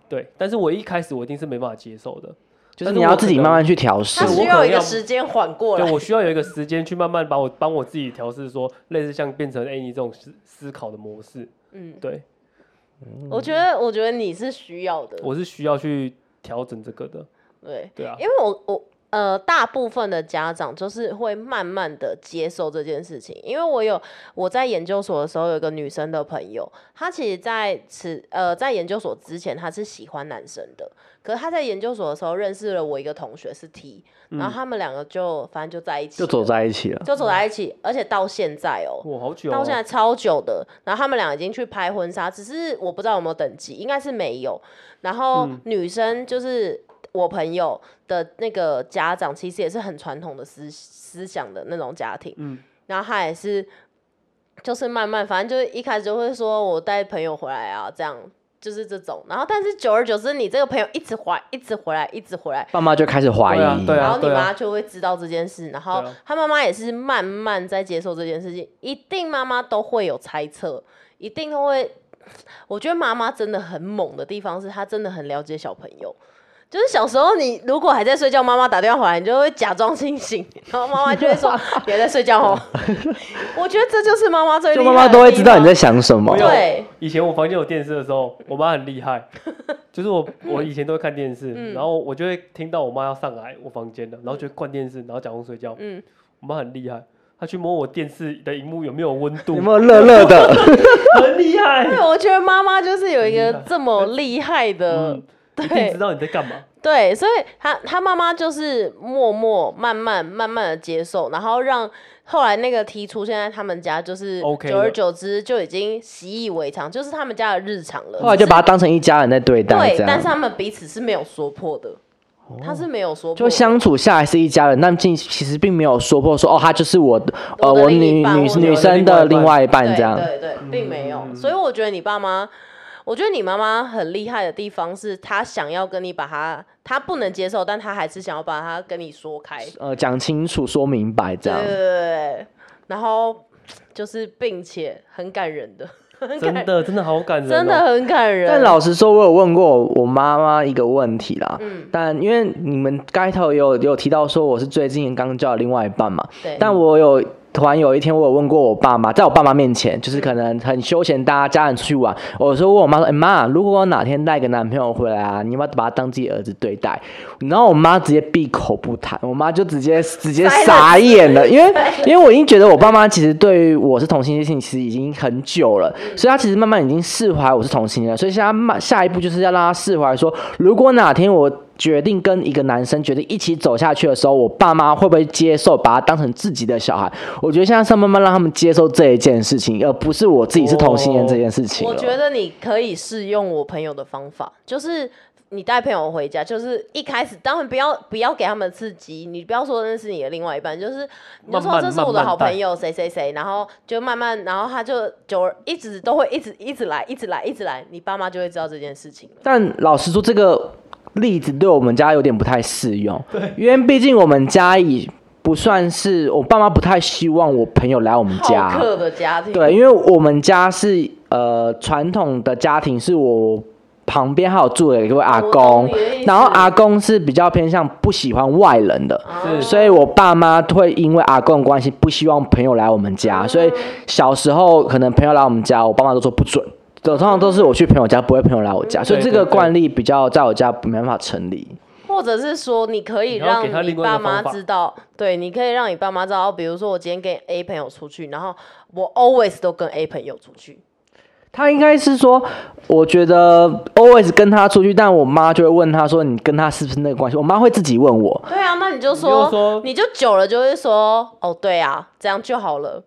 [SPEAKER 2] 对，但是我一开始我一定是没办法接受的。
[SPEAKER 3] 就
[SPEAKER 2] 但是
[SPEAKER 3] 是你要
[SPEAKER 2] 我
[SPEAKER 3] 自
[SPEAKER 2] 可
[SPEAKER 3] 己慢
[SPEAKER 2] 能
[SPEAKER 3] 慢去调试
[SPEAKER 1] 他。
[SPEAKER 2] 我
[SPEAKER 1] 需
[SPEAKER 2] 可
[SPEAKER 1] 要
[SPEAKER 2] 能
[SPEAKER 1] 一个
[SPEAKER 2] 要
[SPEAKER 1] 时间缓过来
[SPEAKER 2] 对，。我需要有一个时间去慢慢把我帮我自己调试，说类似像变成 Annie 这种思思考的模式。
[SPEAKER 1] 嗯，
[SPEAKER 2] 对，
[SPEAKER 1] 我觉得，我觉得你是需要的。
[SPEAKER 2] 我是需要去调整这个的。
[SPEAKER 1] 对，
[SPEAKER 2] 对啊
[SPEAKER 1] 因，为我我呃，大部分的家长就是会慢慢的接受这件事情，因为我有我在研究所的时候有一个女生的朋友，她其实在此呃在研究所之前她是喜欢男生的，可是她在研究所的时候认识了我一个同学是 T，然后他们两个就反正就在一起
[SPEAKER 3] 嗯就
[SPEAKER 1] 了，
[SPEAKER 3] 走在一起了，
[SPEAKER 1] 就走在一起，而且到现在哦、
[SPEAKER 2] 我好久、哦，
[SPEAKER 1] 到现在超久的，然后他们俩已经去拍婚纱，只是我不知道有没有等级，应该是没有。然后女生就是我朋友的那个家长，其实也是很传统的思思想的那种家庭，
[SPEAKER 2] 嗯
[SPEAKER 1] 然后他也是就是慢慢，反正就是一开始就会说我带朋友回来啊，这样就是这种。然后但是久而久之，你这个朋友一直回来，一直回来，一直回来，
[SPEAKER 3] 爸妈就开始怀疑。
[SPEAKER 2] 对啊对啊
[SPEAKER 1] 然后你妈就会知道这件事，然后
[SPEAKER 2] 对啊
[SPEAKER 1] 她妈妈也是慢慢在接受这件事情，一定妈妈都会有猜测，一定都会。我觉得妈妈真的很猛的地方是，她真的很了解小朋友。就是小时候，你如果还在睡觉，妈妈打电话回来，你就会假装清醒，然后妈妈就会 说别在睡觉哦。我觉得这就是妈妈最
[SPEAKER 2] 啊
[SPEAKER 1] 厉
[SPEAKER 3] 就
[SPEAKER 1] 害
[SPEAKER 3] 妈
[SPEAKER 1] 的
[SPEAKER 3] 妈都会知道你在
[SPEAKER 1] 地
[SPEAKER 3] 想什么
[SPEAKER 1] 方。
[SPEAKER 2] 没有
[SPEAKER 1] 对，
[SPEAKER 2] 以前我房间有电视的 时候，我妈很厉害，就是我我以前都会看电视，
[SPEAKER 1] 嗯
[SPEAKER 2] 然后我就会听到我妈要上来我房间了，然后就关电视，然后假装睡觉。
[SPEAKER 1] 嗯
[SPEAKER 2] 我妈很厉害，她去摸我电视的荧幕有没有温度
[SPEAKER 3] 有，没有乐乐的？
[SPEAKER 2] 很厉害。
[SPEAKER 1] 对，我觉得妈妈就是有一
[SPEAKER 2] 很厉
[SPEAKER 1] 个
[SPEAKER 2] 害
[SPEAKER 1] 这么厉害的
[SPEAKER 2] 嗯，，一定知道你在 干嘛。
[SPEAKER 1] 对，所以他他妈妈就是默默慢慢慢慢的接受，然后让后来那个 T 出现在他们家，就是
[SPEAKER 2] OK
[SPEAKER 1] 久而
[SPEAKER 2] 了
[SPEAKER 1] 久之就已经习以为常，就是他们家的日常了。
[SPEAKER 3] 后来就把他当成一家人在对待，
[SPEAKER 1] 对
[SPEAKER 3] 这，
[SPEAKER 1] 但是
[SPEAKER 3] 样
[SPEAKER 1] 他们彼此是没有说破的，他是没有说破
[SPEAKER 3] 哦就
[SPEAKER 1] 的，
[SPEAKER 3] 相处下来是一家人，但其其实并没有说破说哦，她就是我的呃
[SPEAKER 1] 我的
[SPEAKER 3] 我
[SPEAKER 1] 另一
[SPEAKER 3] 女
[SPEAKER 1] 半
[SPEAKER 3] 女
[SPEAKER 1] 或者
[SPEAKER 3] 女生的另外一半
[SPEAKER 1] 对
[SPEAKER 3] 这样。
[SPEAKER 1] 对对，并没有。
[SPEAKER 2] 嗯
[SPEAKER 1] 所以我觉得你爸妈，我觉得你妈妈很厉害的地方是，她想要跟你把她，她不能接受，但她还是想要把她跟你说开。
[SPEAKER 3] 呃，讲清楚说明白这样
[SPEAKER 1] 对。对对对，然后就是并且很感人的， 很
[SPEAKER 2] 真
[SPEAKER 1] 感
[SPEAKER 2] 的真的好感人、哦，
[SPEAKER 1] 真的很感人。
[SPEAKER 3] 但老实说，我有问过我我妈妈一个问题啦。
[SPEAKER 1] 嗯
[SPEAKER 3] 但因为你们开头也有也有提到说我是最近刚交的另外一半嘛，
[SPEAKER 1] 对，
[SPEAKER 3] 但我有突然有一天我有问过我爸妈，在我爸妈面前，就是可能很休闲，大家家人出去玩，我说问我妈说，哎、妈，如果我哪天带个男朋友回来啊，你要不要把他当自己儿子对待？然后我妈直接闭口不谈，我妈就直接直接
[SPEAKER 1] 塞了
[SPEAKER 3] 傻眼 了，因为因为我已经觉得我爸妈其实对于我是同性恋，其实已经很久了，
[SPEAKER 1] 嗯
[SPEAKER 3] 所以他其实慢慢已经释怀我是同性恋了，所以现在慢下一步就是要让他释怀说，如果哪天我决定跟一个男生决定一起走下去的时候，我爸妈会不会接受把他当成自己的小孩？我觉得现在是要慢慢让他们接受这一件事情，而不是我自己是同性恋这件事情了。
[SPEAKER 1] 我觉得你可以试用我朋友的方法，就是你带朋友回家，就是一开始当然不要不要给他们刺激，你不要说那是你的另外一半，就是你就说
[SPEAKER 2] 慢
[SPEAKER 1] 这
[SPEAKER 2] 慢
[SPEAKER 1] 是我的
[SPEAKER 2] 慢慢
[SPEAKER 1] 好朋友谁谁谁，然后就慢慢，然后他就久而一直都会一直一直来，一直来，一直来，你爸妈就会知道这件事情了。
[SPEAKER 3] 但老实说，这个例子对我们家有点不太适用，因为毕竟我们家以不算是我爸妈不太希望我朋友来我们家，
[SPEAKER 1] 好客的家庭，
[SPEAKER 3] 对，因为我们家是呃传统的家庭，是我旁边还有住了一位阿
[SPEAKER 1] 哦我懂
[SPEAKER 3] 公
[SPEAKER 1] 你的意，
[SPEAKER 3] 然后
[SPEAKER 1] 思
[SPEAKER 3] 阿公是比较偏向不喜欢外人的。
[SPEAKER 1] 啊，
[SPEAKER 2] 是
[SPEAKER 3] 所以，我爸妈会因为阿公的关系，不希望朋友来我们
[SPEAKER 1] 啊
[SPEAKER 3] 家。所以小时候可能朋友来我们家，我爸妈都说不准。通常都是我去朋友家，不会朋友来我家。
[SPEAKER 1] 嗯
[SPEAKER 3] 所以
[SPEAKER 2] 对
[SPEAKER 3] 这
[SPEAKER 2] 对
[SPEAKER 3] 个
[SPEAKER 2] 对
[SPEAKER 3] 惯例比较在我家没办法成立。
[SPEAKER 1] 或者是说，你可以
[SPEAKER 2] 你要
[SPEAKER 1] 让
[SPEAKER 2] 给他
[SPEAKER 1] 你
[SPEAKER 2] 另外一
[SPEAKER 1] 爸
[SPEAKER 2] 个
[SPEAKER 1] 妈
[SPEAKER 2] 方法
[SPEAKER 1] 知道，对，你可以让你爸妈知道，比如说我今天跟 A 朋友出去，然后我 always 都跟 A 朋友出去，
[SPEAKER 3] 他应该是说，我觉得 always 跟他出去，但我妈就会问他说：“你跟他是不是那个关系？”我妈会自己问我，
[SPEAKER 1] 对啊，那你就
[SPEAKER 2] 就
[SPEAKER 1] 说，
[SPEAKER 2] 说
[SPEAKER 1] 你就久了就会说，哦，对啊，这样就好 了。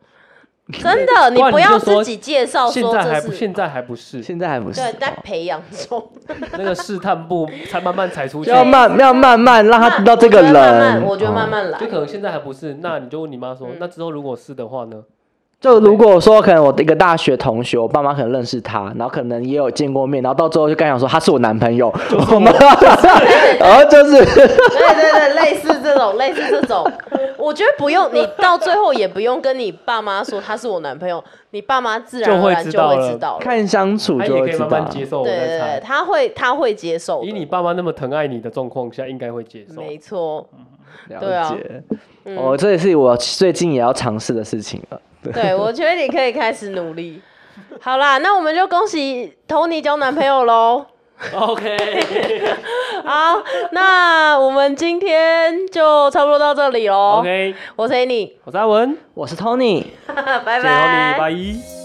[SPEAKER 1] 真的，你
[SPEAKER 2] 不然
[SPEAKER 1] 不
[SPEAKER 2] 你就
[SPEAKER 1] 要
[SPEAKER 2] 说
[SPEAKER 1] 自己介绍
[SPEAKER 2] 现
[SPEAKER 1] 说
[SPEAKER 2] 在还
[SPEAKER 1] 这
[SPEAKER 2] 不
[SPEAKER 1] 是
[SPEAKER 2] 现在还不 是
[SPEAKER 3] 现在还不是哦
[SPEAKER 1] 对，在培养中，
[SPEAKER 2] 那个试探步才慢慢踩出去
[SPEAKER 3] 就，要慢要慢慢让他知道这个人。哦
[SPEAKER 1] 慢慢我觉得慢慢来嗯
[SPEAKER 2] 就，可能现在还不是。那你就问你妈说，那之后如果是的话呢？
[SPEAKER 3] 就如果说可能我的一个大学同学，我爸妈可能认识他，然后可能也有见过面，然后到最后就刚想说他是我男朋友，我们，然后就是
[SPEAKER 1] 对对对，类似这种，类似这种，我觉得不用，你到最后也不用跟你爸妈说他是我男朋友，你爸妈自然
[SPEAKER 2] 就
[SPEAKER 1] 而
[SPEAKER 2] 会
[SPEAKER 1] 然
[SPEAKER 2] 知
[SPEAKER 1] 就会
[SPEAKER 2] 道了
[SPEAKER 1] 知道了。
[SPEAKER 3] 看相处
[SPEAKER 2] 他
[SPEAKER 3] 就
[SPEAKER 2] 也可
[SPEAKER 3] 会
[SPEAKER 2] 以
[SPEAKER 3] 知
[SPEAKER 2] 慢
[SPEAKER 3] 道
[SPEAKER 2] 慢。接受我
[SPEAKER 1] 对对
[SPEAKER 2] 在
[SPEAKER 1] 对，
[SPEAKER 2] 猜。
[SPEAKER 1] 他会他会接受
[SPEAKER 2] 以
[SPEAKER 1] 的，
[SPEAKER 2] 你爸妈那么疼爱你的状况下，应该会接受。
[SPEAKER 1] 没错，对
[SPEAKER 3] 了
[SPEAKER 1] 啊
[SPEAKER 3] 解，哦，这也是我最近也要尝试的事情了。
[SPEAKER 2] 嗯
[SPEAKER 1] 对我觉得你可以开始努力。好啦，那我们就恭喜 Tony 交男朋友喽。
[SPEAKER 2] OK
[SPEAKER 1] 好，那我们今天就差不多到这里喽。
[SPEAKER 2] OK，
[SPEAKER 1] 我是 Annie，
[SPEAKER 2] 我是阿文，
[SPEAKER 3] 我是 Tony。
[SPEAKER 1] 啊拜
[SPEAKER 2] 谢谢你，拜。